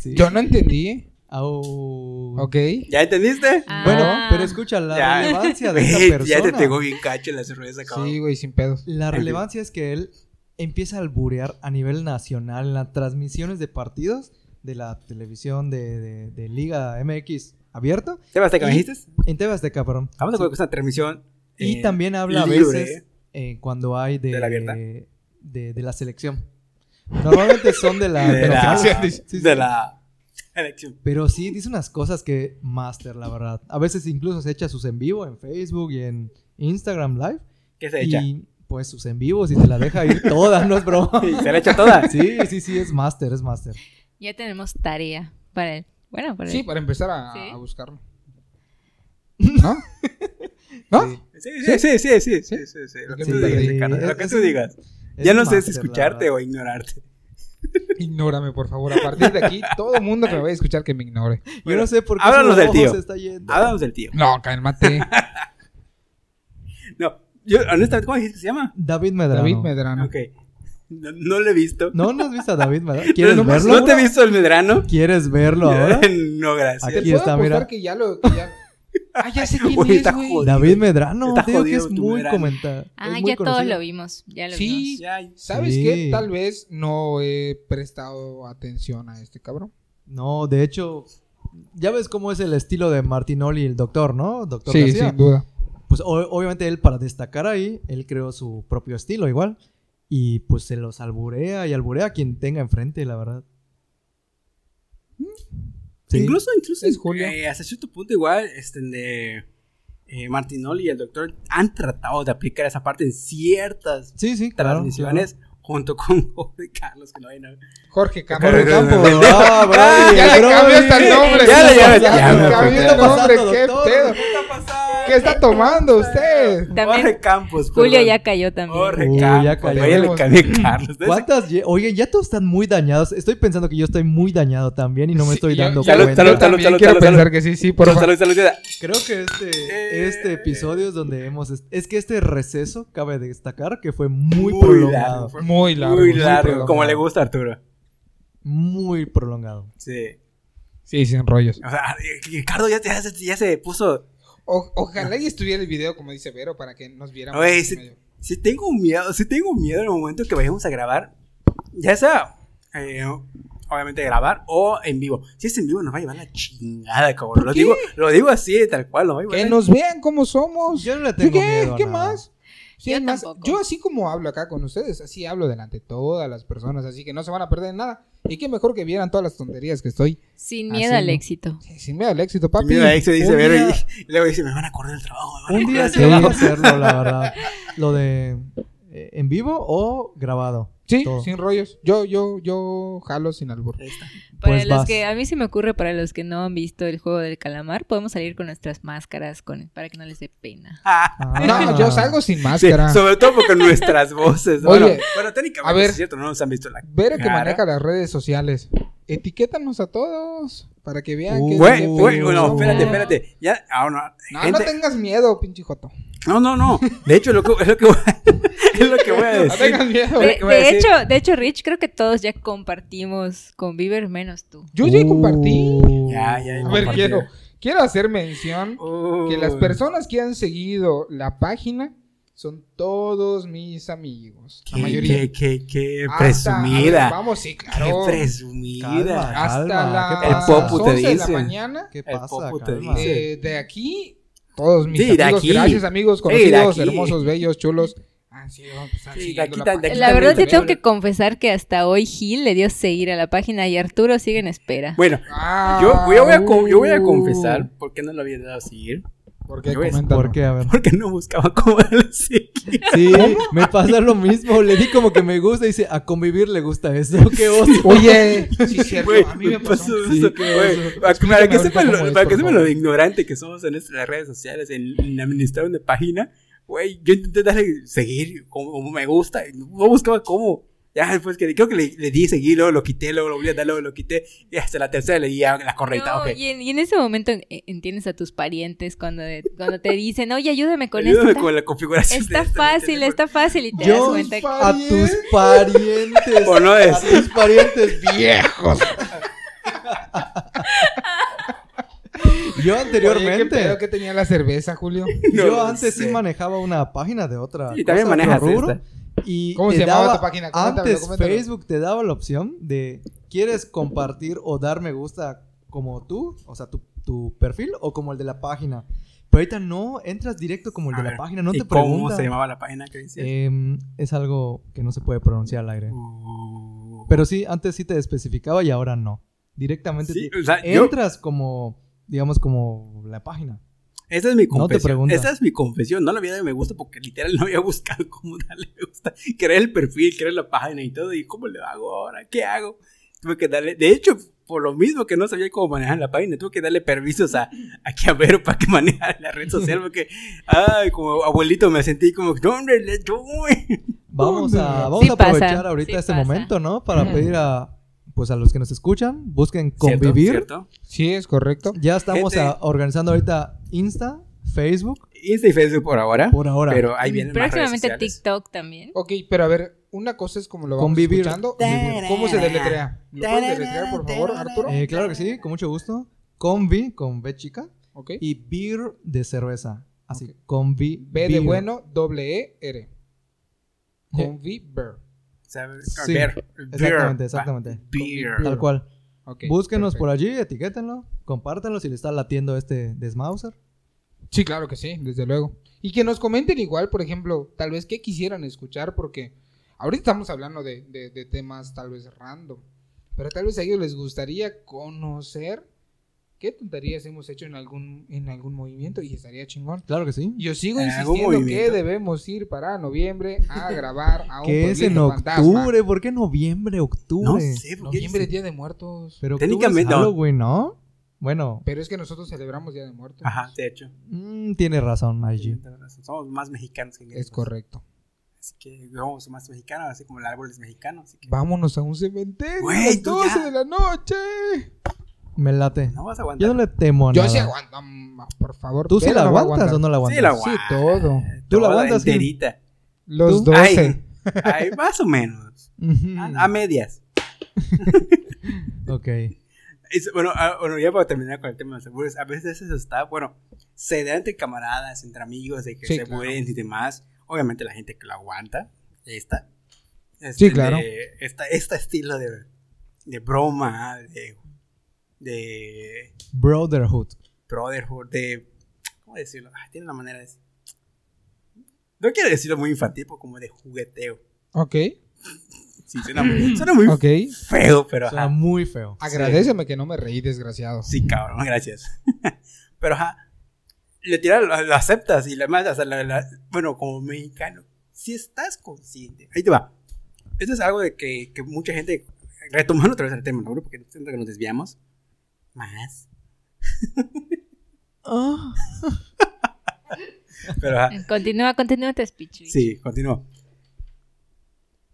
Speaker 2: Sí.
Speaker 3: Yo no entendí.
Speaker 2: Au.
Speaker 3: Ok.
Speaker 1: ¿Ya entendiste?
Speaker 2: Bueno,
Speaker 4: Ah.
Speaker 2: pero escucha, la
Speaker 1: Ya.
Speaker 2: relevancia de esta
Speaker 1: Güey,
Speaker 2: persona...
Speaker 1: ya te pegó bien cacho en la cerveza, cabrón.
Speaker 3: Sí, güey, sin pedos.
Speaker 2: La
Speaker 1: fin.
Speaker 2: relevancia es que él empieza a alburear a nivel nacional en las transmisiones de partidos de la televisión de, de- de Liga MX abierta
Speaker 1: ¿Te basta que me
Speaker 2: Y-
Speaker 1: dijiste?
Speaker 2: en TV Azteca, perdón.
Speaker 1: Vamos a colocar esta transmisión.
Speaker 2: Y
Speaker 1: eh,
Speaker 2: también habla a
Speaker 1: libre.
Speaker 2: veces eh, cuando hay de,
Speaker 1: De la abierta.
Speaker 2: de- de la selección. Normalmente son de la,
Speaker 1: De
Speaker 2: pero-
Speaker 1: la-
Speaker 2: sí, sí.
Speaker 1: de la elección.
Speaker 2: Pero sí, dice unas cosas que master, la verdad. A veces incluso se echa sus en vivo en Facebook y en Instagram Live.
Speaker 1: ¿Qué se echa?
Speaker 2: Y pues sus en vivos y te la deja ir todas, no es broma.
Speaker 1: ¿Se la echa toda?
Speaker 2: Sí, sí, sí, es máster, es máster.
Speaker 4: Ya tenemos tarea para él. Bueno, para
Speaker 3: Sí,
Speaker 4: él.
Speaker 3: para empezar a,
Speaker 4: Sí.
Speaker 3: a buscarlo. ¿No? ¿No?
Speaker 2: Sí.
Speaker 1: Sí, sí, sí, sí, sí, sí, sí, sí, Lo que
Speaker 2: Sí,
Speaker 1: tú digas,
Speaker 2: sí,
Speaker 1: Ricardo,
Speaker 2: es-
Speaker 1: Lo que
Speaker 2: es
Speaker 1: tú
Speaker 2: un-
Speaker 1: digas.
Speaker 2: Es
Speaker 1: Ya no sé si
Speaker 2: máster, la
Speaker 1: escucharte
Speaker 2: verdad.
Speaker 1: o ignorarte.
Speaker 3: Ignórame, por favor. A partir de aquí, todo el mundo que me vaya a escuchar que me ignore.
Speaker 2: Yo no sé por qué
Speaker 1: Háblanos
Speaker 2: su
Speaker 1: del
Speaker 2: ojo
Speaker 1: tío.
Speaker 2: se está yendo.
Speaker 1: Hablamos del tío.
Speaker 3: No, cálmate.
Speaker 1: No, yo honestamente, ¿cómo dijiste que se llama?
Speaker 2: David Medrano.
Speaker 3: David Medrano.
Speaker 1: Ok. No, no lo he visto.
Speaker 2: No, no has visto a David Medrano. ¿Quieres
Speaker 1: no,
Speaker 2: verlo?
Speaker 1: ¿No te he visto el medrano?
Speaker 2: ¿Quieres verlo ahora?
Speaker 1: no, gracias.
Speaker 3: Te
Speaker 2: Aquí
Speaker 3: puedo
Speaker 2: está,
Speaker 3: apostar
Speaker 2: mira.
Speaker 3: que ya lo... que ya- Ah, ya sé quién
Speaker 1: Güey,
Speaker 3: es,
Speaker 1: está
Speaker 3: güey.
Speaker 1: jodido.
Speaker 2: David Medrano,
Speaker 1: Está
Speaker 2: te digo que
Speaker 1: jodido
Speaker 2: es
Speaker 1: tu
Speaker 2: muy
Speaker 1: Medrano.
Speaker 2: comentado.
Speaker 4: Ah, ya todos lo vimos. Ya lo
Speaker 3: Sí.
Speaker 4: vimos.
Speaker 1: Ya,
Speaker 3: ¿Sabes
Speaker 2: Sí.
Speaker 3: qué? Tal vez no he prestado atención a este cabrón.
Speaker 2: No, de hecho, ya ves cómo es el estilo de Martinoli, el doctor, ¿no? Doctor
Speaker 3: Sí,
Speaker 2: García.
Speaker 3: sin duda.
Speaker 2: Pues o- obviamente él, para destacar ahí, él creó su propio estilo igual. Y pues se los alburea y alburea a quien tenga enfrente, la verdad. Sí.
Speaker 1: ¿Mm? Incluso, incluso.
Speaker 3: Es Julio.
Speaker 1: eh, hasta cierto punto, igual, este, de, eh, Martinoli y el doctor han tratado de aplicar esa parte en ciertas
Speaker 2: Sí, sí, claro.
Speaker 1: transmisiones. Junto con Jorge Carlos, que no hay nada.
Speaker 3: Jorge
Speaker 1: Jorge
Speaker 3: Campos.
Speaker 1: Campos.
Speaker 3: Campos.
Speaker 2: Ah, Brody,
Speaker 3: Ya le
Speaker 2: Brody.
Speaker 3: cambió hasta el nombre.
Speaker 1: Ya le cambió-
Speaker 3: Ya
Speaker 1: ya
Speaker 3: le
Speaker 1: me acordé.
Speaker 3: cambió el nombre. ¿Qué
Speaker 2: Doctor,
Speaker 3: pedo?
Speaker 1: ¿Qué está pasando?
Speaker 3: ¿Qué está tomando usted?
Speaker 4: También
Speaker 1: Jorge Campos.
Speaker 4: Julio
Speaker 1: perdón.
Speaker 4: ya cayó también.
Speaker 1: Jorge
Speaker 2: Uy,
Speaker 1: Campos.
Speaker 2: ya cayó.
Speaker 1: Oye, le cambié Carlos.
Speaker 2: ¿Cuántas? ye- Oye, ya todos están muy dañados. Estoy pensando que yo estoy muy dañado también y no me
Speaker 3: Sí,
Speaker 2: estoy
Speaker 3: yo-
Speaker 2: dando
Speaker 3: yo-
Speaker 1: Salud,
Speaker 2: cuenta.
Speaker 1: salud,
Speaker 3: yo también
Speaker 1: salud,
Speaker 3: quiero
Speaker 1: salud,
Speaker 3: pensar
Speaker 1: salud.
Speaker 3: que sí, sí, por
Speaker 1: Salud,
Speaker 3: favor.
Speaker 1: salud, salud.
Speaker 2: Creo que este,
Speaker 1: Eh.
Speaker 2: este episodio es donde hemos... est- Es que este receso, cabe destacar, que fue muy,
Speaker 1: Muy
Speaker 2: prolongado.
Speaker 1: largo.
Speaker 3: Muy largo.
Speaker 1: Muy largo,
Speaker 3: prolongado.
Speaker 1: como le gusta a Arturo.
Speaker 2: Muy prolongado.
Speaker 1: Sí.
Speaker 3: Sí, sin rollos.
Speaker 1: O sea, Ricardo ya, ya se- ya se puso.
Speaker 3: O- ojalá y estuviera el video, como dice Vero, para que nos viéramos.
Speaker 1: Güey,
Speaker 3: Sí,
Speaker 1: sí, sí tengo miedo, sí tengo miedo en el momento que vayamos a grabar. Ya sea, eh, obviamente grabar o en vivo. Si es en vivo nos va a llevar la chingada, cabrón. Lo
Speaker 3: qué?
Speaker 1: digo, lo digo así, tal cual, nos va a llevar
Speaker 3: Que
Speaker 1: la-
Speaker 3: nos vean cómo somos.
Speaker 2: Yo no le tengo
Speaker 3: ¿Qué?
Speaker 2: miedo a
Speaker 3: ¿Qué
Speaker 2: nada.
Speaker 3: más? Sí,
Speaker 4: Yo
Speaker 3: es más,
Speaker 4: tampoco.
Speaker 3: yo así como hablo acá con ustedes, así hablo delante de todas las personas, así que no se van a perder nada. Y qué mejor que vieran todas las tonterías que estoy.
Speaker 4: Sin miedo
Speaker 3: Así
Speaker 4: al
Speaker 3: no.
Speaker 4: éxito.
Speaker 3: Sí, Sin miedo al éxito, papi.
Speaker 1: Mira, ahí se dice,
Speaker 2: un
Speaker 1: Vero,
Speaker 2: día-
Speaker 1: y, y luego dice, me van a correr el trabajo. me van a
Speaker 2: Un día
Speaker 1: correr el
Speaker 2: se va a
Speaker 1: trabajo".
Speaker 2: hacerlo, la verdad. Lo de eh, en vivo o grabado.
Speaker 3: Sí,
Speaker 2: Todo.
Speaker 3: sin rollos. Yo, yo, yo jalo sin albur.
Speaker 1: Ahí está.
Speaker 4: Para
Speaker 2: Pues
Speaker 4: los
Speaker 2: vas.
Speaker 4: que, a mí se me ocurre, para los que no han visto el juego del calamar, podemos salir con nuestras máscaras con, para que no les dé pena.
Speaker 1: Ah,
Speaker 2: Ah.
Speaker 3: No, yo salgo sin
Speaker 1: sí,
Speaker 3: máscara.
Speaker 1: sobre todo porque nuestras voces.
Speaker 3: Ah, Oye,
Speaker 1: bueno, bueno, técnicamente
Speaker 3: a ver.
Speaker 1: es cierto, no nos han visto la
Speaker 3: Vero que
Speaker 1: cara.
Speaker 3: maneja las redes sociales. Etiquétanos a todos para que vean
Speaker 2: Uh,
Speaker 3: que.
Speaker 1: Güey, güey, no,
Speaker 4: feo.
Speaker 1: espérate, espérate. Ya, ah, no,
Speaker 3: No, no
Speaker 1: gente-
Speaker 3: tengas miedo, pinche joto.
Speaker 1: No, no, no. De hecho, lo que, es, lo que voy, a- es lo que voy a
Speaker 3: No
Speaker 1: decir.
Speaker 3: tengas miedo.
Speaker 4: De,
Speaker 1: que voy a
Speaker 4: de
Speaker 1: decir.
Speaker 4: hecho, de hecho, Rich, creo que todos ya compartimos con Bieber menos tú.
Speaker 3: Yo
Speaker 2: Uh.
Speaker 3: ya compartí.
Speaker 1: Ya, ya, ya.
Speaker 3: A ver,
Speaker 1: Compartido.
Speaker 3: quiero, quiero hacer mención que las
Speaker 1: Uy.
Speaker 3: personas que han seguido la página son todos mis amigos.
Speaker 1: Qué,
Speaker 3: La mayoría.
Speaker 1: qué- qué- qué
Speaker 3: Hasta- a ver,
Speaker 1: presumida.
Speaker 3: vamos, sí,
Speaker 1: Qué
Speaker 3: claro.
Speaker 1: presumida.
Speaker 2: Calma.
Speaker 3: Hasta
Speaker 2: Calma,
Speaker 1: ¿qué pasa?
Speaker 3: las
Speaker 1: El Popu te
Speaker 3: 11 de la
Speaker 1: dice.
Speaker 3: mañana.
Speaker 2: ¿Qué
Speaker 1: El
Speaker 2: pasa?
Speaker 1: Popo te
Speaker 2: Calma.
Speaker 1: dice.
Speaker 3: eh, de aquí, todos mis
Speaker 1: Sí, de
Speaker 3: amigos,
Speaker 1: aquí.
Speaker 3: gracias amigos,
Speaker 1: Sí, de
Speaker 3: conocidos,
Speaker 1: aquí.
Speaker 3: hermosos, bellos, chulos. Han sido, pues, han
Speaker 1: Sí, de
Speaker 3: seguido
Speaker 1: aquí
Speaker 3: la
Speaker 1: tan- de
Speaker 3: página.
Speaker 1: aquí
Speaker 4: La
Speaker 1: también
Speaker 4: verdad te
Speaker 1: también.
Speaker 4: tengo que confesar que hasta hoy Gil le dio seguir a la página y Arturo sigue en espera.
Speaker 1: Bueno,
Speaker 3: Ah,
Speaker 1: yo, yo voy a, co- yo voy a
Speaker 3: uh,
Speaker 1: confesar por qué no lo había dado a seguir.
Speaker 3: ¿Por qué?
Speaker 1: Yo voy a-
Speaker 3: Coméntalo.
Speaker 2: ¿Por qué? A ver.
Speaker 1: Porque no buscaba cómo darle seguir.
Speaker 2: Sí, me pasa lo mismo. Le di como que me gusta y dice, a convivir le gusta eso. Qué oso.
Speaker 3: Oye, sí, cierto.
Speaker 1: Güey,
Speaker 3: A mí me pasó.
Speaker 1: pasó
Speaker 2: Sí,
Speaker 1: eso,
Speaker 2: qué
Speaker 1: güey.
Speaker 2: oso.
Speaker 1: Para que- Para que
Speaker 3: ahorita
Speaker 1: sepan
Speaker 3: cómo
Speaker 1: lo,
Speaker 3: es,
Speaker 1: para que
Speaker 3: por
Speaker 1: sepan lo
Speaker 3: favor.
Speaker 1: ignorante que somos en nuestras redes sociales, en, en administrar una página. Güey, yo intenté darle seguir como, como me gusta. y No buscaba cómo. Ya después que creo que le, le di seguir, luego lo quité, luego lo volví a dar, luego lo quité. Y hasta la tercera le di ya la correcta.
Speaker 4: No,
Speaker 1: ok.
Speaker 4: y, en, y en ese momento en- entiendes a tus parientes cuando, de- cuando te dicen, oye, ayúdame con
Speaker 1: Ayúdame
Speaker 4: esto.
Speaker 1: con la configuración.
Speaker 4: Está,
Speaker 1: de
Speaker 4: está
Speaker 1: este
Speaker 4: fácil,
Speaker 1: teléfono.
Speaker 4: está fácil y te das
Speaker 2: Yo
Speaker 4: cuenta. que-
Speaker 2: a tus parientes.
Speaker 1: O no es.
Speaker 2: A tus parientes viejos. Yo
Speaker 3: Oye, ¿qué
Speaker 2: anteriormente.
Speaker 3: pedo que tenía la cerveza, Julio?
Speaker 1: No
Speaker 2: yo
Speaker 1: lo
Speaker 2: antes sí
Speaker 1: sé.
Speaker 2: manejaba una página de otra.
Speaker 1: Sí, también
Speaker 2: cosa, otro
Speaker 1: manejas
Speaker 2: rubro,
Speaker 1: esta.
Speaker 2: Y
Speaker 3: ¿Cómo
Speaker 2: te
Speaker 3: se llamaba
Speaker 2: daba-
Speaker 3: tu página? Coméntalo,
Speaker 2: antes
Speaker 3: coméntalo.
Speaker 2: Facebook te daba la opción de ¿quieres compartir o dar me gusta como tú? O sea, tu, tu perfil o como el de la página. Pero ahorita no, entras directo como el
Speaker 1: A
Speaker 2: de la
Speaker 1: ver,
Speaker 2: página, no
Speaker 1: ¿y
Speaker 2: te
Speaker 1: ¿Cómo
Speaker 2: preguntas.
Speaker 1: se llamaba la página que decía?
Speaker 2: Em, es algo que no se puede pronunciar al aire.
Speaker 1: Uh,
Speaker 2: Pero sí, antes sí te especificaba y ahora no. Directamente
Speaker 1: sí,
Speaker 2: te-
Speaker 1: o sea, yo-
Speaker 2: entras como, digamos, como la página.
Speaker 1: Esa es mi
Speaker 2: No te
Speaker 1: confesión.
Speaker 2: pregunta.
Speaker 1: Esa es mi confesión. No le había dado me gusta porque literal no había buscado cómo darle me gusta. Creé el perfil, creé la página y todo. Y cómo le hago ahora, ¿qué hago? Tuve que darle. De hecho, por lo mismo que no sabía cómo manejar la página, tuve que darle permisos a, a Chiavero para que manejara la red social. Porque, ay, como abuelito me sentí como, ¿dónde le doy?
Speaker 2: Vamos a, vamos
Speaker 4: Sí
Speaker 2: a
Speaker 4: pasa,
Speaker 2: aprovechar ahorita
Speaker 4: sí
Speaker 2: este
Speaker 4: pasa.
Speaker 2: momento, ¿no? Para
Speaker 3: Ujú.
Speaker 2: pedir a, pues a los que nos escuchan, busquen convivir.
Speaker 1: ¿Cierto?
Speaker 3: Sí, es correcto.
Speaker 2: Ya estamos
Speaker 1: Gente.
Speaker 2: ah, organizando ahorita Insta, Facebook,
Speaker 1: Insta y Facebook por ahora.
Speaker 2: por ahora.
Speaker 1: Pero ahí vienen más redes
Speaker 4: Próximamente
Speaker 1: sociales.
Speaker 4: TikTok también.
Speaker 3: Ok, pero a ver, una cosa es como lo vamos
Speaker 2: Convivir.
Speaker 3: escuchando.
Speaker 1: Convivir.
Speaker 3: ¿Cómo se deletrea? ¿Lo puedes deletrear, por favor, Arturo?
Speaker 2: Eh, claro que sí, con mucho gusto. Convi, con B chica,
Speaker 3: Ok.
Speaker 2: y beer de cerveza. Así,
Speaker 3: Ok.
Speaker 2: convi.
Speaker 3: B de
Speaker 2: beer.
Speaker 3: bueno, doble E, R.
Speaker 2: Sí.
Speaker 3: Conviver.
Speaker 1: ¿Sabes?
Speaker 2: Sí,
Speaker 1: Beer.
Speaker 2: Exactamente,
Speaker 1: Beer.
Speaker 2: exactamente.
Speaker 1: Beer.
Speaker 2: Tal cual.
Speaker 3: Ok,
Speaker 2: Búsquenos
Speaker 3: perfecto.
Speaker 2: por allí, etiquétenlo, compártanlo si le está latiendo este desmauser.
Speaker 3: Sí, claro que sí, desde luego. Y que nos comenten igual, por ejemplo, tal vez qué quisieran escuchar, porque ahorita estamos hablando de, de- de temas tal vez random, pero tal vez a ellos les gustaría conocer qué tonterías hemos hecho en algún, en algún movimiento y estaría chingón.
Speaker 2: Claro que sí.
Speaker 3: Yo sigo
Speaker 1: ¿En algún
Speaker 3: insistiendo que
Speaker 1: movimiento?
Speaker 3: debemos ir para noviembre a grabar a un
Speaker 2: Que es en
Speaker 3: pueblito fantasma.
Speaker 2: octubre, ¿por qué noviembre, octubre?
Speaker 1: No sé, ¿por qué
Speaker 3: Noviembre
Speaker 1: dice?
Speaker 3: es Día de Muertos. Pero,
Speaker 2: Pero octubre es
Speaker 1: Técnicamente, no.
Speaker 2: Halloween, ¿no? Bueno,
Speaker 3: es que nosotros celebramos Día de Muertos.
Speaker 1: Ajá, de hecho.
Speaker 2: mm, tiene razón allí.
Speaker 1: Tienes razón, Somos más mexicanos que gringos.
Speaker 3: Es correcto.
Speaker 1: Así que somos más mexicanos, así como el árbol es mexicano. Así que
Speaker 3: Vámonos a un cementerio a
Speaker 1: Güey,
Speaker 3: las
Speaker 1: tú ya.
Speaker 3: 12 de la noche.
Speaker 2: Me late.
Speaker 1: no vas a
Speaker 2: Yo
Speaker 1: aguantar.
Speaker 2: no le temo a
Speaker 3: Yo
Speaker 2: nada.
Speaker 3: sí aguanto, mm, por favor.
Speaker 2: ¿Tú sí
Speaker 3: pero
Speaker 2: la
Speaker 3: no va a
Speaker 2: aguantas
Speaker 3: aguantar.
Speaker 2: o no la aguantas?
Speaker 1: Sí, la aguanto.
Speaker 3: Sí, todo.
Speaker 2: Tú la
Speaker 1: Toda
Speaker 2: aguantas, sí.
Speaker 1: Eh, enterita.
Speaker 3: Los
Speaker 2: ¿Tú?
Speaker 3: 12.
Speaker 1: Ay, ay, más o menos.
Speaker 2: Mm.
Speaker 1: A, a
Speaker 2: Ujú.
Speaker 1: medias.
Speaker 2: ok.
Speaker 1: Es- bueno, a- bueno, ya para terminar con el tema de los seguros, a veces eso está, bueno, se da entre camaradas, entre amigos, de que
Speaker 3: Sí,
Speaker 1: se
Speaker 3: claro.
Speaker 1: mueren y demás. Obviamente la gente que lo aguanta, esta. este,
Speaker 3: Sí, claro.
Speaker 1: de- esta, este estilo de, de broma, de, de
Speaker 2: Brotherhood.
Speaker 1: Brotherhood, de. ¿Cómo decirlo? Ah, tiene una manera de. No quiero decirlo muy infantil, pero como de jugueteo.
Speaker 3: Ok,
Speaker 1: Sí, suena muy, suena muy
Speaker 3: ok.
Speaker 1: feo, pero. ah.
Speaker 2: Suena
Speaker 1: ajá.
Speaker 2: muy feo.
Speaker 3: Agradeceme que no me reí, desgraciado.
Speaker 1: Sí, cabrón, gracias. pero, ajá. Le tiras, lo, lo aceptas y la más, hasta la, la- Bueno, como mexicano, si estás consciente. Ahí te va. Esto es algo de que, que mucha gente. Retomando otra vez el tema, ¿no? Porque siento que nos desviamos. Más.
Speaker 2: Ah.
Speaker 1: Pero, ajá.
Speaker 4: Continúa, continúa tu speech. Rich.
Speaker 1: Sí, continúo.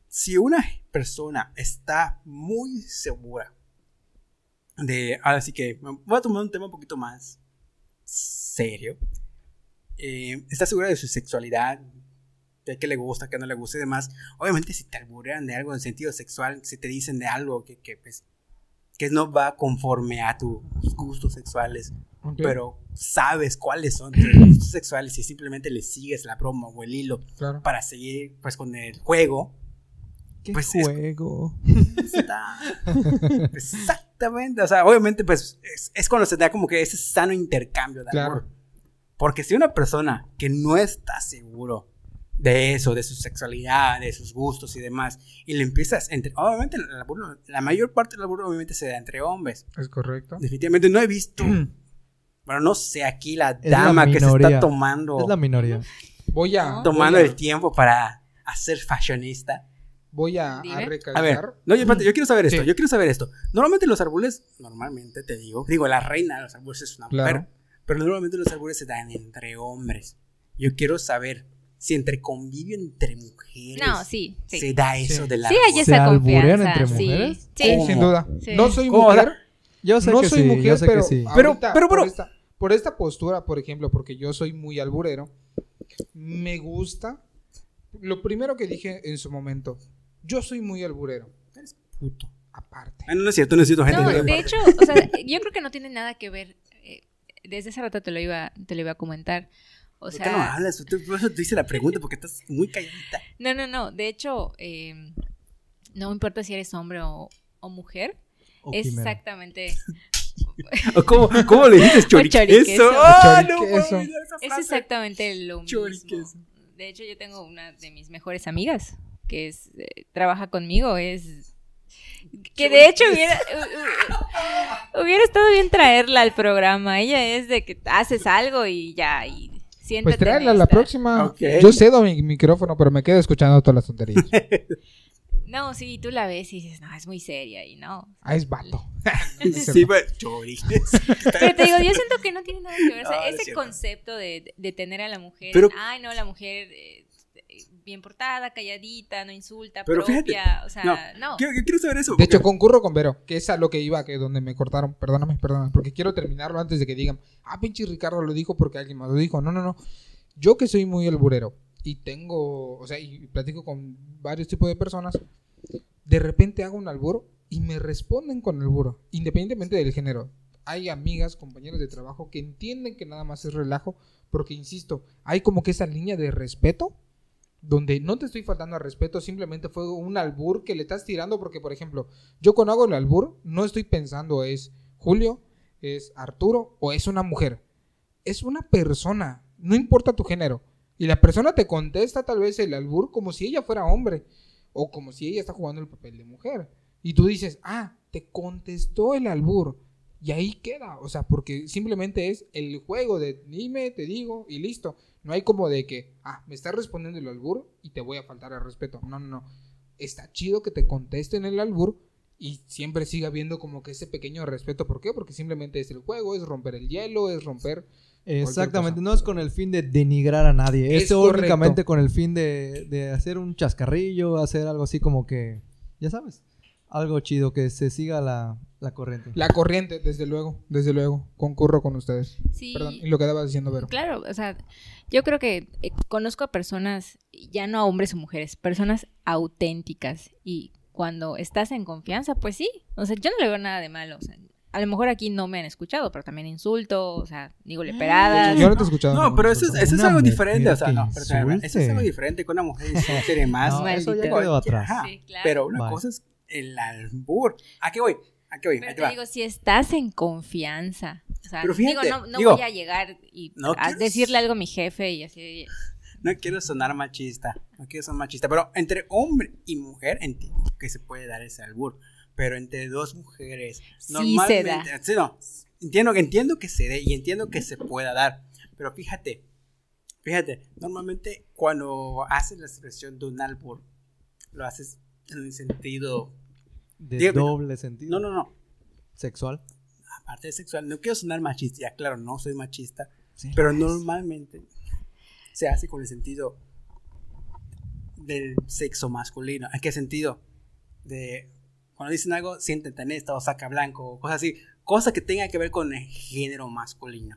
Speaker 1: Si una persona está muy segura de. Ahora sí que voy a tomar un tema un poquito más serio. eh, está segura de su sexualidad, de qué le gusta, qué no le gusta y demás. Obviamente si te alburean de algo en sentido sexual, si te dicen de algo que, que, pues, que no va conforme a tus gustos sexuales,
Speaker 3: Ok,
Speaker 1: pero sabes cuáles son tus gustos sexuales y simplemente le sigues la broma o el hilo
Speaker 3: claro.
Speaker 1: para seguir pues con el juego,
Speaker 2: ¿Qué
Speaker 1: Pues es-
Speaker 2: juego?
Speaker 1: Está. Exactamente. O sea, obviamente, pues es, es cuando se da como que ese sano intercambio de
Speaker 3: Claro.
Speaker 1: amor. Porque si una persona que no está seguro de eso, de su sexualidad, de sus gustos y demás, y le empiezas entre. Obviamente, el laburo- la mayor parte del laburo obviamente se da entre hombres.
Speaker 3: Es correcto.
Speaker 1: Definitivamente no he visto. Pero no sé, aquí la
Speaker 2: Mm. Es la
Speaker 1: dama que se está
Speaker 2: minoría.
Speaker 1: tomando,
Speaker 2: Es la minoría.
Speaker 3: Voy a.
Speaker 4: No.
Speaker 1: tomando
Speaker 3: voy a-
Speaker 1: el tiempo para hacer fashionista.
Speaker 3: Voy a, a
Speaker 4: Dime.
Speaker 1: A ver,
Speaker 3: recalcar.
Speaker 1: no, yo, espérate, yo quiero saber esto,
Speaker 3: Sí.
Speaker 1: yo quiero saber esto. Normalmente los árboles, normalmente te digo, digo, la reina de los árboles es una
Speaker 3: Claro.
Speaker 1: mujer, pero normalmente los árboles se dan entre hombres. Yo quiero saber si entre convivio entre mujeres
Speaker 4: No, sí, sí.
Speaker 1: se
Speaker 4: Sí,
Speaker 1: da eso
Speaker 3: Sí.
Speaker 1: del árbol.
Speaker 4: hay
Speaker 2: ¿Se
Speaker 4: esa
Speaker 2: alburean
Speaker 4: confianza.
Speaker 2: entre
Speaker 4: sí,
Speaker 2: mujeres?
Speaker 4: sí.
Speaker 1: ¿Cómo?
Speaker 3: Sin duda.
Speaker 4: Sí.
Speaker 3: No soy
Speaker 1: ¿Cómo?
Speaker 3: mujer.
Speaker 2: Yo sé
Speaker 3: no
Speaker 2: que
Speaker 3: soy
Speaker 2: sí,
Speaker 3: mujer,
Speaker 2: yo sé
Speaker 3: pero,
Speaker 2: que sí.
Speaker 1: Pero-
Speaker 3: ahorita,
Speaker 1: pero, pero-
Speaker 3: por esta, por esta postura, por ejemplo, porque yo soy muy alburero, me gusta. Lo primero que dije en su momento, yo soy muy alburero. Eres puto. Aparte.
Speaker 1: Ah, no, no es cierto, no es cierto, gente.
Speaker 4: No,
Speaker 1: no,
Speaker 4: de hecho, o sea, yo creo que no tiene nada que ver. eh, Desde hace rato te lo iba, te lo iba a comentar. O
Speaker 1: ¿Por qué no
Speaker 4: sea,
Speaker 1: hablas? Tú- Por eso te hice la pregunta, porque estás muy calladita.
Speaker 4: no, no, no. De hecho, eh, no importa si eres hombre o, o mujer,
Speaker 2: O
Speaker 4: es
Speaker 2: quimera.
Speaker 4: exactamente.
Speaker 1: ¿O ¿Cómo, cómo le dices choriqueso?
Speaker 4: Choriqueso.
Speaker 1: ¡Ah, no
Speaker 3: Choriqueso.
Speaker 1: puedo olvidar esa
Speaker 4: Es
Speaker 1: frase!
Speaker 4: exactamente lo mismo.
Speaker 1: Choriqueso.
Speaker 4: De hecho, yo tengo una de mis mejores amigas que es eh, trabaja conmigo, es que de hecho hubiera hu- hu- hubiera estado bien traerla al programa. Ella es de que haces algo y ya y
Speaker 3: Pues
Speaker 4: siéntate. en
Speaker 3: tráela la
Speaker 4: esta.
Speaker 3: próxima.
Speaker 1: Ok.
Speaker 3: Yo cedo mi micrófono, pero me quedo escuchando todas las tonterías.
Speaker 4: No, sí, tú la ves y dices, "No, es muy seria" y no.
Speaker 3: Ah, es vato.
Speaker 1: Sí, pero choriqueso.
Speaker 4: Pero te digo, yo siento que no tiene nada que ver. O sea,
Speaker 1: No, no es
Speaker 4: ese
Speaker 1: cierto.
Speaker 4: concepto de, de tener a la mujer,
Speaker 1: Pero-
Speaker 4: ay, no, la mujer eh, bien portada, calladita, no insulta,
Speaker 1: Pero
Speaker 4: propia,
Speaker 1: fíjate,
Speaker 4: o sea,
Speaker 1: no,
Speaker 4: no.
Speaker 1: Quiero- yo quiero saber eso.
Speaker 3: De hecho,
Speaker 1: porque-
Speaker 3: concurro con Vero, que es a lo que iba, que donde me cortaron. Perdóname, perdóname, porque quiero terminarlo antes de que digan, ah, pinche Ricardo lo dijo porque alguien más lo dijo. No, no, no. Yo que soy muy alburero y tengo, o sea, y platico con varios tipos de personas, de repente hago un alburo y me responden con alburo, independientemente del género. Hay amigas, compañeros de trabajo que entienden que nada más es relajo, porque insisto, hay como que esa línea de respeto donde no te estoy faltando al respeto, simplemente fue un albur que le estás tirando, porque por ejemplo, yo cuando hago el albur no estoy pensando es Julio, es Arturo o es una mujer, es una persona, no importa tu género, y la persona te contesta tal vez el albur como si ella fuera hombre o como si ella está jugando el papel de mujer, y tú dices, ah, te contestó el albur. Y ahí queda, o sea, porque simplemente es el juego de dime, te digo y listo. No hay como de que, ah, me estás respondiendo el albur y te voy a faltar al respeto. No, no, no. Está chido que te contesten el albur y siempre siga habiendo como que ese pequeño respeto. ¿Por qué? Porque simplemente es el juego, es romper el hielo, es romper.
Speaker 2: Exactamente,
Speaker 3: cosa.
Speaker 2: no es con el fin de denigrar a nadie, es,
Speaker 3: Es correcto.
Speaker 2: únicamente con el fin de, de hacer un chascarrillo, hacer algo así como que, ya sabes, algo chido, que se siga la, la corriente.
Speaker 3: La corriente, desde luego, desde luego. Concurro con ustedes.
Speaker 4: Sí.
Speaker 3: Perdón, y lo que estabas diciendo, Vero.
Speaker 4: Claro, o sea, yo creo que eh, conozco a personas, ya no a hombres o mujeres, personas auténticas. Y cuando estás en confianza, pues sí. O sea, yo no le veo nada de malo. O sea, a lo mejor aquí no me han escuchado, pero también insulto, o sea, digo
Speaker 1: Ah,
Speaker 4: leperadas.
Speaker 3: Yo no te he escuchado.
Speaker 1: No, pero eso es, eso es
Speaker 2: Una
Speaker 1: algo
Speaker 2: mujer
Speaker 1: diferente, o sea,
Speaker 2: que
Speaker 1: no, perdóname, eso es
Speaker 2: insulte.
Speaker 1: algo diferente que una mujer insulte y demás.
Speaker 2: No,
Speaker 4: eso ya
Speaker 2: quedó atrás.
Speaker 1: Ajá,
Speaker 4: Sí, claro.
Speaker 1: ah, Pero una
Speaker 2: Vale.
Speaker 1: cosa es el albur. ¿A qué voy? ¿A qué voy? Ahí
Speaker 4: Pero
Speaker 1: te
Speaker 4: te
Speaker 1: va.
Speaker 4: digo, si estás en confianza. O sea,
Speaker 1: Pero fíjate,
Speaker 4: digo, no, no
Speaker 1: digo,
Speaker 4: voy a llegar y
Speaker 1: no
Speaker 4: a
Speaker 1: quieres-
Speaker 4: decirle algo a mi jefe y así.
Speaker 1: No quiero sonar machista, no quiero sonar machista, pero entre hombre y mujer entiendo que se puede dar ese albur, pero entre dos mujeres
Speaker 4: Sí
Speaker 1: normalmente,
Speaker 4: se da.
Speaker 1: sí, no, entiendo, entiendo que se dé y entiendo que se pueda dar, pero fíjate, fíjate, normalmente cuando haces la expresión de un albur, lo haces en el sentido,
Speaker 2: De
Speaker 1: Dígame.
Speaker 2: doble sentido.
Speaker 1: no, no, no,
Speaker 2: Sexual.
Speaker 1: aparte de sexual, no quiero sonar machista, ya claro, no soy machista,
Speaker 2: Sí,
Speaker 1: pero
Speaker 3: Pues,
Speaker 2: lo es.
Speaker 1: normalmente se hace con el sentido del sexo masculino. ¿En qué sentido? De cuando dicen algo, siéntete en esta o saca blanco o cosas así, cosas que tengan que ver con el género masculino.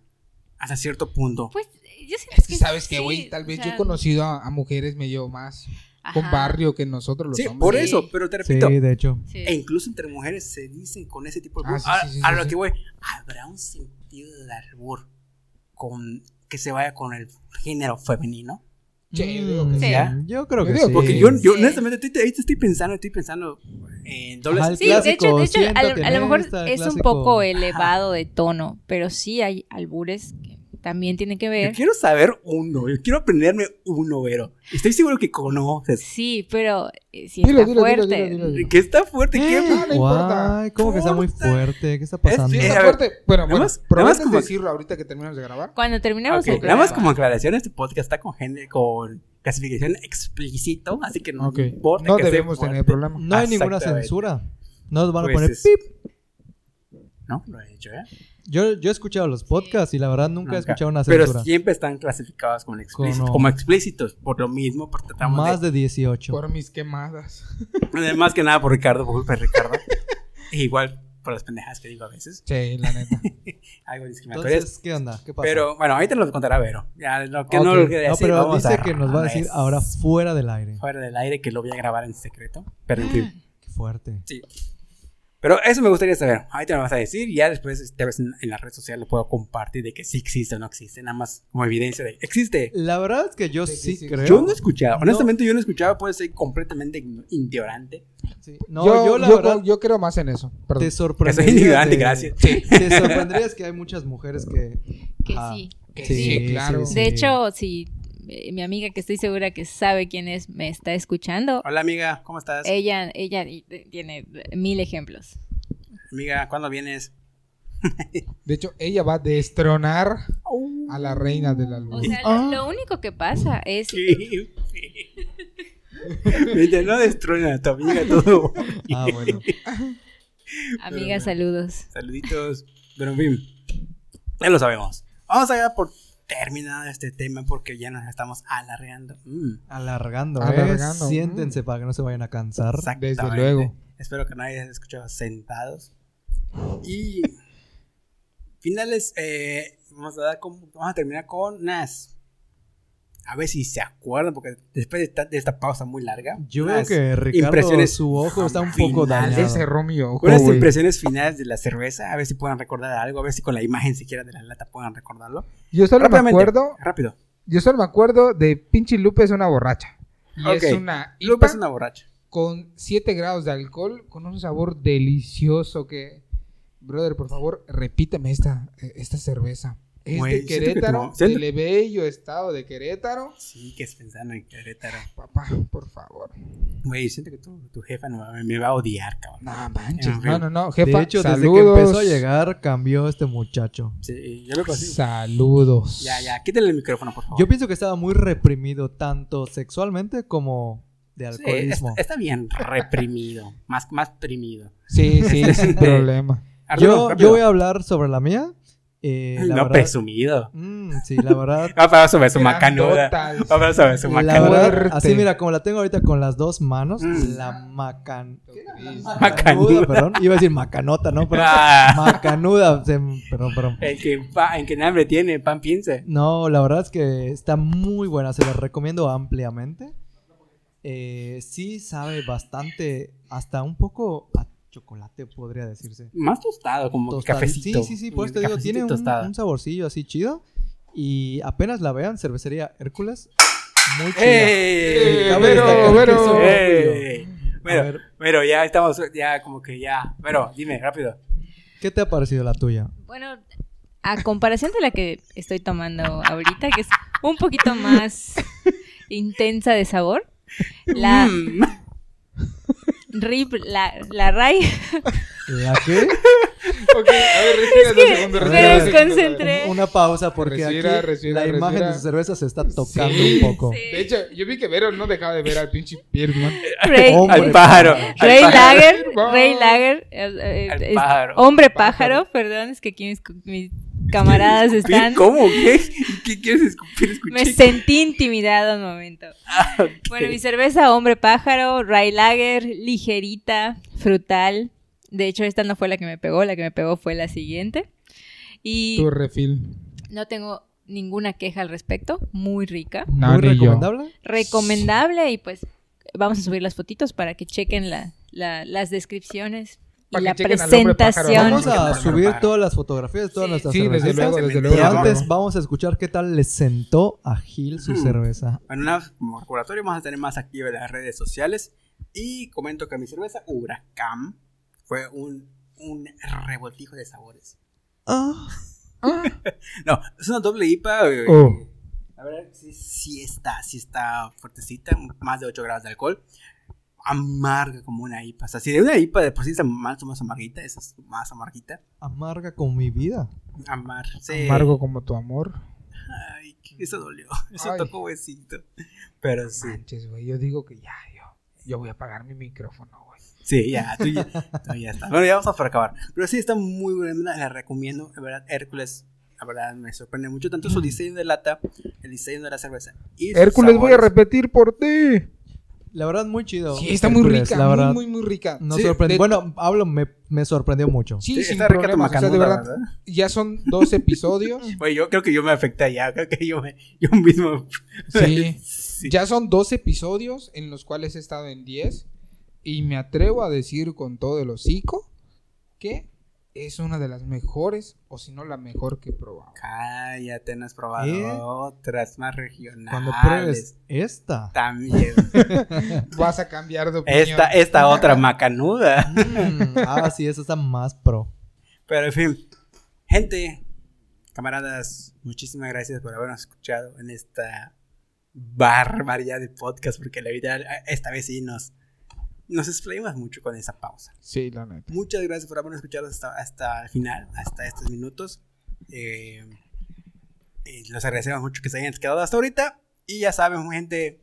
Speaker 1: Hasta cierto punto.
Speaker 4: Pues yo siento
Speaker 3: Es que sabes que,
Speaker 4: sí,
Speaker 3: güey, tal
Speaker 4: o
Speaker 3: vez yo
Speaker 4: sea,
Speaker 3: he conocido a, a mujeres medio más con
Speaker 4: ajá,
Speaker 3: barrio que nosotros los
Speaker 1: Sí,
Speaker 3: hombres.
Speaker 1: por
Speaker 4: Sí.
Speaker 1: eso, pero te
Speaker 2: Sí,
Speaker 1: repito,
Speaker 2: de hecho.
Speaker 4: sí.
Speaker 1: e incluso entre mujeres se dicen con ese tipo de
Speaker 3: Ah,
Speaker 1: burla.
Speaker 3: sí,
Speaker 1: a,
Speaker 3: sí, sí,
Speaker 1: a
Speaker 3: sí,
Speaker 1: lo
Speaker 3: sí.
Speaker 1: que voy, habrá un sentido del albur con que se vaya con el género femenino.
Speaker 3: Sí, yo digo que
Speaker 4: sí.
Speaker 2: Mm, Yo creo
Speaker 3: Yo
Speaker 2: que
Speaker 3: digo,
Speaker 2: sí.
Speaker 1: Porque yo, yo
Speaker 4: Sí.
Speaker 1: honestamente estoy, ahorita estoy pensando, estoy pensando en doble
Speaker 2: Ajá, el
Speaker 4: Sí, de
Speaker 2: clásico,
Speaker 4: hecho, de hecho a,
Speaker 2: siéntate
Speaker 4: lo- a lo
Speaker 2: en
Speaker 4: mejor
Speaker 2: esta, el
Speaker 4: es un
Speaker 2: clásico.
Speaker 4: poco elevado de tono, pero sí hay albures que también tienen que
Speaker 1: Yo
Speaker 4: ver.
Speaker 1: quiero saber uno, yo quiero aprenderme uno, pero estoy seguro que conoces.
Speaker 4: Sí, pero eh, sí
Speaker 3: Dilo, dilo,
Speaker 4: está
Speaker 3: dilo,
Speaker 4: fuerte.
Speaker 3: dilo, dilo, dilo.
Speaker 1: Que está fuerte, que
Speaker 3: Ah, no importa.
Speaker 2: Guay, ¿Cómo que está muy
Speaker 1: Importa.
Speaker 2: fuerte? ¿Qué está pasando?
Speaker 1: Sí,
Speaker 3: Está
Speaker 1: a ver,
Speaker 3: fuerte. Bueno,
Speaker 1: nada
Speaker 3: bueno,
Speaker 1: más- nada
Speaker 3: ¿prometes
Speaker 1: más como-
Speaker 3: decirlo ahorita que terminamos de grabar?
Speaker 4: Cuando
Speaker 3: Mm,
Speaker 4: terminamos
Speaker 1: Ok,
Speaker 4: el
Speaker 1: nada más
Speaker 4: programa.
Speaker 1: como aclaración, este podcast está con, gen- con clasificación explícito, así que no
Speaker 3: Ok.
Speaker 1: importa.
Speaker 3: No
Speaker 1: que sea
Speaker 3: debemos
Speaker 1: fuerte.
Speaker 3: tener problema.
Speaker 2: No hay ninguna
Speaker 1: Exactamente.
Speaker 2: censura. No nos van a
Speaker 1: Pues
Speaker 2: poner
Speaker 1: es-
Speaker 2: pip.
Speaker 1: No, lo he hecho, ¿eh?
Speaker 2: Yo, yo he escuchado los podcasts y la verdad nunca, he
Speaker 1: Nunca.
Speaker 2: escuchado una
Speaker 1: Pero
Speaker 2: censura.
Speaker 1: siempre están clasificados como explícitos,
Speaker 2: Como-
Speaker 1: como explícitos, por lo mismo, por tratamos
Speaker 2: Más
Speaker 1: de,
Speaker 2: de 18.
Speaker 3: Por mis quemadas.
Speaker 1: más que nada por Ricardo, por culpa de Ricardo. E igual por las pendejas que digo a veces,
Speaker 3: Sí, la neta.
Speaker 1: algo discriminatorias.
Speaker 2: Entonces, ¿qué onda? ¿Qué pasa?
Speaker 1: Pero bueno, ahorita lo contará Vero. Ya lo que no
Speaker 2: Ok.
Speaker 1: lo quería decir,
Speaker 2: pero
Speaker 1: vamos
Speaker 2: dice
Speaker 1: a-
Speaker 2: que nos va a decir ahora fuera del aire.
Speaker 1: fuera del aire que lo voy a grabar en secreto, pero en fin.
Speaker 2: Qué fuerte.
Speaker 1: Sí. Pero eso me gustaría saber. Ahorita me vas a decir y ya después tal vez en, en la red social lo puedo compartir de que sí existe o no existe, nada más como evidencia de existe.
Speaker 2: La verdad es que yo
Speaker 3: Sí,
Speaker 2: sí,
Speaker 3: sí, sí.
Speaker 2: creo.
Speaker 1: Yo no he escuchado,
Speaker 2: No.
Speaker 1: honestamente yo no he escuchado, puede ser completamente ign- ignorante.
Speaker 2: Sí. No,
Speaker 3: yo,
Speaker 2: yo, la
Speaker 3: yo-
Speaker 2: verdad
Speaker 3: yo creo más en eso. Perdón.
Speaker 2: te
Speaker 1: Que soy
Speaker 2: sorprendería.
Speaker 1: ignorante,
Speaker 2: de-
Speaker 1: gracias.
Speaker 2: Te sorprenderías que hay muchas mujeres que.
Speaker 4: Que
Speaker 2: Ah.
Speaker 4: sí.
Speaker 3: Que
Speaker 2: Sí,
Speaker 3: sí,
Speaker 2: sí,
Speaker 3: claro.
Speaker 2: sí.
Speaker 4: De hecho, si eh, mi amiga que estoy segura que sabe quién es me está escuchando,
Speaker 1: Hola amiga, ¿cómo estás?
Speaker 4: ella ella y- tiene mil ejemplos.
Speaker 1: Amiga, ¿cuándo vienes?
Speaker 3: De hecho, ella va a destronar a la reina de la
Speaker 4: O
Speaker 3: luz.
Speaker 4: sea,
Speaker 2: Ah.
Speaker 4: lo único que pasa es
Speaker 1: Sí. Vete, no destrona a tu amiga todo.
Speaker 2: Ah, bueno.
Speaker 4: Amiga, saludos.
Speaker 1: Saluditos. Pero en fin, ya lo sabemos. Vamos a dar por terminado este tema porque ya nos estamos alargando. Mm,
Speaker 2: Alargando, ¿eh?
Speaker 3: Alargando.
Speaker 2: Siéntense para que no se vayan a cansar.
Speaker 1: exactamente.
Speaker 3: Desde luego.
Speaker 1: Espero que nadie haya escuchado sentados. Y finales, eh, vamos a dar con- vamos a terminar con unas. A ver si se acuerdan, porque después de esta, de esta pausa muy larga.
Speaker 2: Yo veo
Speaker 1: unas
Speaker 2: que Ricardo,
Speaker 1: impresiones
Speaker 2: su ojo está un
Speaker 1: finales.
Speaker 2: poco dañado.
Speaker 3: Ese romio. ojo,
Speaker 1: Unas
Speaker 3: güey.
Speaker 1: impresiones finales de la cerveza, a ver si puedan recordar algo, a ver si con la imagen siquiera de la lata puedan recordarlo.
Speaker 3: Yo solo me
Speaker 1: Rápidamente,
Speaker 3: acuerdo,
Speaker 1: rápido.
Speaker 3: yo solo me acuerdo de pinche Lupe es una borracha. Y es
Speaker 1: Ok.
Speaker 3: una
Speaker 1: Lupa es
Speaker 3: IPA
Speaker 1: una borracha.
Speaker 3: con 7 grados de alcohol, con un sabor delicioso que... Brother, por favor, repíteme esta, eh, esta cerveza. Es
Speaker 1: Güey,
Speaker 3: de
Speaker 1: siento que
Speaker 3: Querétaro,
Speaker 1: tu- siento-
Speaker 3: del bello estado de Querétaro.
Speaker 1: Sí, que es pensando en Querétaro.
Speaker 3: Papá, por favor.
Speaker 1: Güey, siento que tu, tu jefa no va- me va a odiar, cabrón.
Speaker 3: No manches.
Speaker 1: En fin.
Speaker 3: No, no, no, jefa.
Speaker 2: De hecho, desde que
Speaker 3: saludos.
Speaker 2: empezó a llegar, cambió este muchacho.
Speaker 1: Sí, yo lo consigo.
Speaker 3: Saludos.
Speaker 1: Ya, ya, quítale el micrófono, por favor.
Speaker 2: Yo pienso que estaba muy reprimido, tanto sexualmente como de
Speaker 1: Sí, es-
Speaker 2: alcoholismo.
Speaker 1: está bien reprimido, más, más primido.
Speaker 3: Sí, sí, sin problema.
Speaker 2: Yo, yo voy a hablar sobre la mía. eh,
Speaker 1: No
Speaker 2: la verdad-
Speaker 1: presumido.
Speaker 2: Mm, sí, la verdad.
Speaker 1: Va a hablar sobre su macanuda. Va
Speaker 3: Grandotas.
Speaker 1: a hablar sobre su
Speaker 2: la
Speaker 1: macanuda.
Speaker 2: verdad,
Speaker 3: Fuerte.
Speaker 2: así mira, como la tengo ahorita con las dos manos,
Speaker 1: Mm.
Speaker 2: la macan...
Speaker 1: Macanuda.
Speaker 2: perdón. Iba a decir macanota, ¿no? Pero-
Speaker 1: Ah,
Speaker 2: macanuda. se- Perdón, perdón.
Speaker 1: el que, pa- en que hambre tiene, pan piense.
Speaker 2: No, la verdad es que está muy buena, se la recomiendo ampliamente. Eh, sí sabe bastante, hasta un poco a chocolate podría decirse.
Speaker 1: Más tostado, como
Speaker 2: Tostada.
Speaker 1: cafecito.
Speaker 2: Sí, sí, sí, por
Speaker 1: Un
Speaker 2: eso te digo,
Speaker 1: cafecito
Speaker 2: tiene un,
Speaker 1: tostado.
Speaker 2: un saborcillo así chido. Y apenas la vean, cervecería Hércules, muy chida.
Speaker 1: Eh, ¡Ey!
Speaker 2: Cabe
Speaker 3: Vero,
Speaker 2: destacar que
Speaker 3: Vero.
Speaker 2: es un
Speaker 1: ¡Ey!
Speaker 2: orgullo. A
Speaker 1: eh, Bueno,
Speaker 2: ver,
Speaker 1: Pero ya estamos, ya como que ya. Pero dime, rápido.
Speaker 2: ¿qué te ha parecido la tuya?
Speaker 4: Bueno, a comparación de la que estoy tomando ahorita, que es un poquito más intensa de sabor, la
Speaker 1: Mm.
Speaker 4: RIP, la, la RAI,
Speaker 2: ¿La qué?
Speaker 3: Ok, a ver, respira dos segundos.
Speaker 4: me
Speaker 3: respira dos segundos.
Speaker 4: desconcentré.
Speaker 2: Una pausa porque
Speaker 3: Respira,
Speaker 2: aquí
Speaker 3: respira,
Speaker 2: la imagen
Speaker 3: respira.
Speaker 2: de su cerveza se está tocando
Speaker 3: Sí.
Speaker 2: un poco.
Speaker 4: Sí.
Speaker 3: De hecho, yo vi que Vero no dejaba de ver al pinche Birdman.
Speaker 4: Rey,
Speaker 2: Hombre.
Speaker 1: Al pájaro. al
Speaker 4: Rey
Speaker 1: pájaro.
Speaker 4: Lager,
Speaker 3: Hermano.
Speaker 4: Rey Lager, eh, eh,
Speaker 1: Al
Speaker 4: es-
Speaker 1: pájaro.
Speaker 4: hombre pájaro, perdón, es que aquí mis, mis camaradas están...
Speaker 1: ¿Cómo? ¿Qué? ¿Qué quieres escupir? Escuché.
Speaker 4: Me sentí intimidado un momento.
Speaker 3: Ah,
Speaker 4: Bueno, mi cerveza Hombre Pájaro, Rye Lager, ligerita, frutal. De hecho, esta no fue la que me pegó, la que me pegó fue la siguiente. Y
Speaker 3: Tu refil.
Speaker 4: no tengo ninguna queja al respecto, muy rica,
Speaker 3: No,
Speaker 2: Muy
Speaker 3: ni yo.
Speaker 2: recomendable.
Speaker 4: recomendable y pues vamos a subir las fotitos para que chequen la- la- las descripciones y
Speaker 3: Para que
Speaker 4: la
Speaker 3: chequen al hombre pájaro.
Speaker 4: presentación.
Speaker 2: Vamos a
Speaker 1: Sí.
Speaker 2: subir todas las fotografías, de todas
Speaker 4: Sí.
Speaker 2: nuestras
Speaker 3: Sí, desde
Speaker 2: cervezas.
Speaker 3: luego,
Speaker 1: se metía,
Speaker 3: desde luego.
Speaker 2: Y
Speaker 1: Pero
Speaker 3: desde
Speaker 2: antes
Speaker 3: luego.
Speaker 2: vamos a escuchar qué tal le sentó a Gil su
Speaker 3: Hmm.
Speaker 1: Mm.
Speaker 2: cerveza.
Speaker 1: En una, como recordatorio vamos a tener más activas las redes sociales. Y comento que mi cerveza Huracán fue un, un revoltijo de sabores.
Speaker 3: Ah.
Speaker 1: No, es una doble IPA. eh,
Speaker 3: Oh.
Speaker 1: La verdad, sí, sí está, sí está fuertecita, más de 8 grados de alcohol. Amarga como una IPA. O sea, si de una IPA de por sí está más o más amarguita, esa es más amarguita.
Speaker 2: Amarga con mi vida.
Speaker 1: Amar, sí.
Speaker 3: Amargo como tu amor.
Speaker 1: Ay, eso dolió. Eso
Speaker 3: Ay.
Speaker 1: tocó huesito. Pero sí.
Speaker 3: Manches, güey. Yo digo que ya, yo. Yo voy a apagar mi micrófono, güey.
Speaker 1: Sí, ya, tú ya, tú ya está. Bueno, ya vamos a por acabar. Pero sí, está muy buena, la recomiendo. La verdad, Hércules, la verdad, me sorprende mucho. Tanto su diseño de lata, el diseño de la cerveza. y sus
Speaker 3: Mm. Hércules, voy a
Speaker 1: sabores.
Speaker 3: repetir por ti.
Speaker 2: La verdad, muy chido.
Speaker 3: Sí, está muy
Speaker 2: Hércules,
Speaker 3: rica.
Speaker 2: La verdad,
Speaker 3: muy, muy, muy rica.
Speaker 2: no
Speaker 1: Sí,
Speaker 2: sorprende.
Speaker 3: de-
Speaker 2: Bueno, hablo, me, me sorprendió mucho.
Speaker 3: Sí,
Speaker 1: Sí,
Speaker 3: sin
Speaker 1: está rica tu
Speaker 3: problemas. O sea, de
Speaker 1: macanuda,
Speaker 3: verdad,
Speaker 1: ¿verdad?
Speaker 3: ya son dos episodios.
Speaker 1: Oye, yo creo que yo me afecté ya, creo que yo, me, yo mismo.
Speaker 3: Sí.
Speaker 1: Sí.
Speaker 3: Ya son dos episodios en los cuales he estado en 10. Y me atrevo a decir con todo el hocico que es una de las mejores, o si no la mejor que he probado.
Speaker 1: Cállate, no has probado
Speaker 2: ¿Eh?
Speaker 1: otras más regionales.
Speaker 2: Cuando pruebes esta.
Speaker 1: También.
Speaker 3: Vas a cambiar de opinión.
Speaker 1: Esta, esta otra macanuda.
Speaker 2: Mm, ah, sí, esa está más pro.
Speaker 1: Pero en fin, gente, camaradas, muchísimas gracias por habernos escuchado en esta barbaridad de podcast, porque la vida esta vez sí nos, nos explayamos mucho con esa pausa.
Speaker 3: Sí, la neta.
Speaker 1: Muchas gracias por habernos escuchado hasta, hasta el final, hasta estos minutos. Eh, eh, los agradecemos mucho que se hayan quedado hasta ahorita. Y ya saben, gente,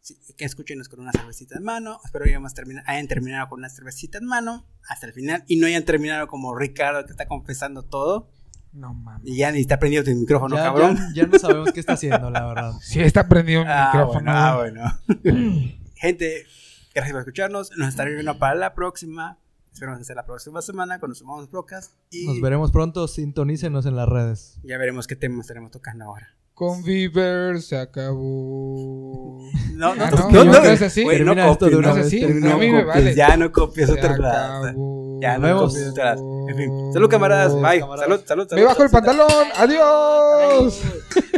Speaker 1: sí, que escúchenos con una cervecita en mano. Espero que hayamos termina- hayan terminado con una cervecita en mano hasta el final. Y no hayan terminado como Ricardo, que está confesando todo.
Speaker 3: No mames.
Speaker 1: Y ya ni está prendido tu micrófono,
Speaker 2: ya,
Speaker 1: cabrón.
Speaker 2: ya- ya no sabemos qué está haciendo, la verdad.
Speaker 3: Sí, está prendido mi
Speaker 1: Ah,
Speaker 3: micrófono.
Speaker 1: bueno, ah, bueno. Gente, gracias por escucharnos. Nos estaremos viendo para la próxima. Esperamos hacer la próxima semana cuando sumamos brocas. Y
Speaker 2: Nos veremos pronto. Sintonícenos en las redes.
Speaker 1: ya veremos qué temas estaremos tocando ahora.
Speaker 3: Con Bieber se acabó.
Speaker 1: No, no,
Speaker 3: Ah,
Speaker 1: no, no,
Speaker 3: no, no,
Speaker 1: no,
Speaker 3: no es así.
Speaker 1: güey, no
Speaker 2: Termina esto
Speaker 1: copies,
Speaker 2: de una
Speaker 1: no,
Speaker 2: vez.
Speaker 3: sí,
Speaker 2: termina.
Speaker 3: no,
Speaker 1: no
Speaker 3: a mí me
Speaker 1: copies,
Speaker 3: vale.
Speaker 1: Ya no copies
Speaker 3: Se
Speaker 1: otra vez.
Speaker 3: acabó.
Speaker 1: Ya
Speaker 2: Nos
Speaker 1: no
Speaker 2: vemos.
Speaker 1: copies otra vez. En fin, salud camaradas,
Speaker 2: Salud,
Speaker 1: bye.
Speaker 2: camaradas.
Speaker 1: Salud, salud, salud.
Speaker 3: Me bajo el
Speaker 1: salud.
Speaker 3: pantalón. Adiós.
Speaker 1: Adiós.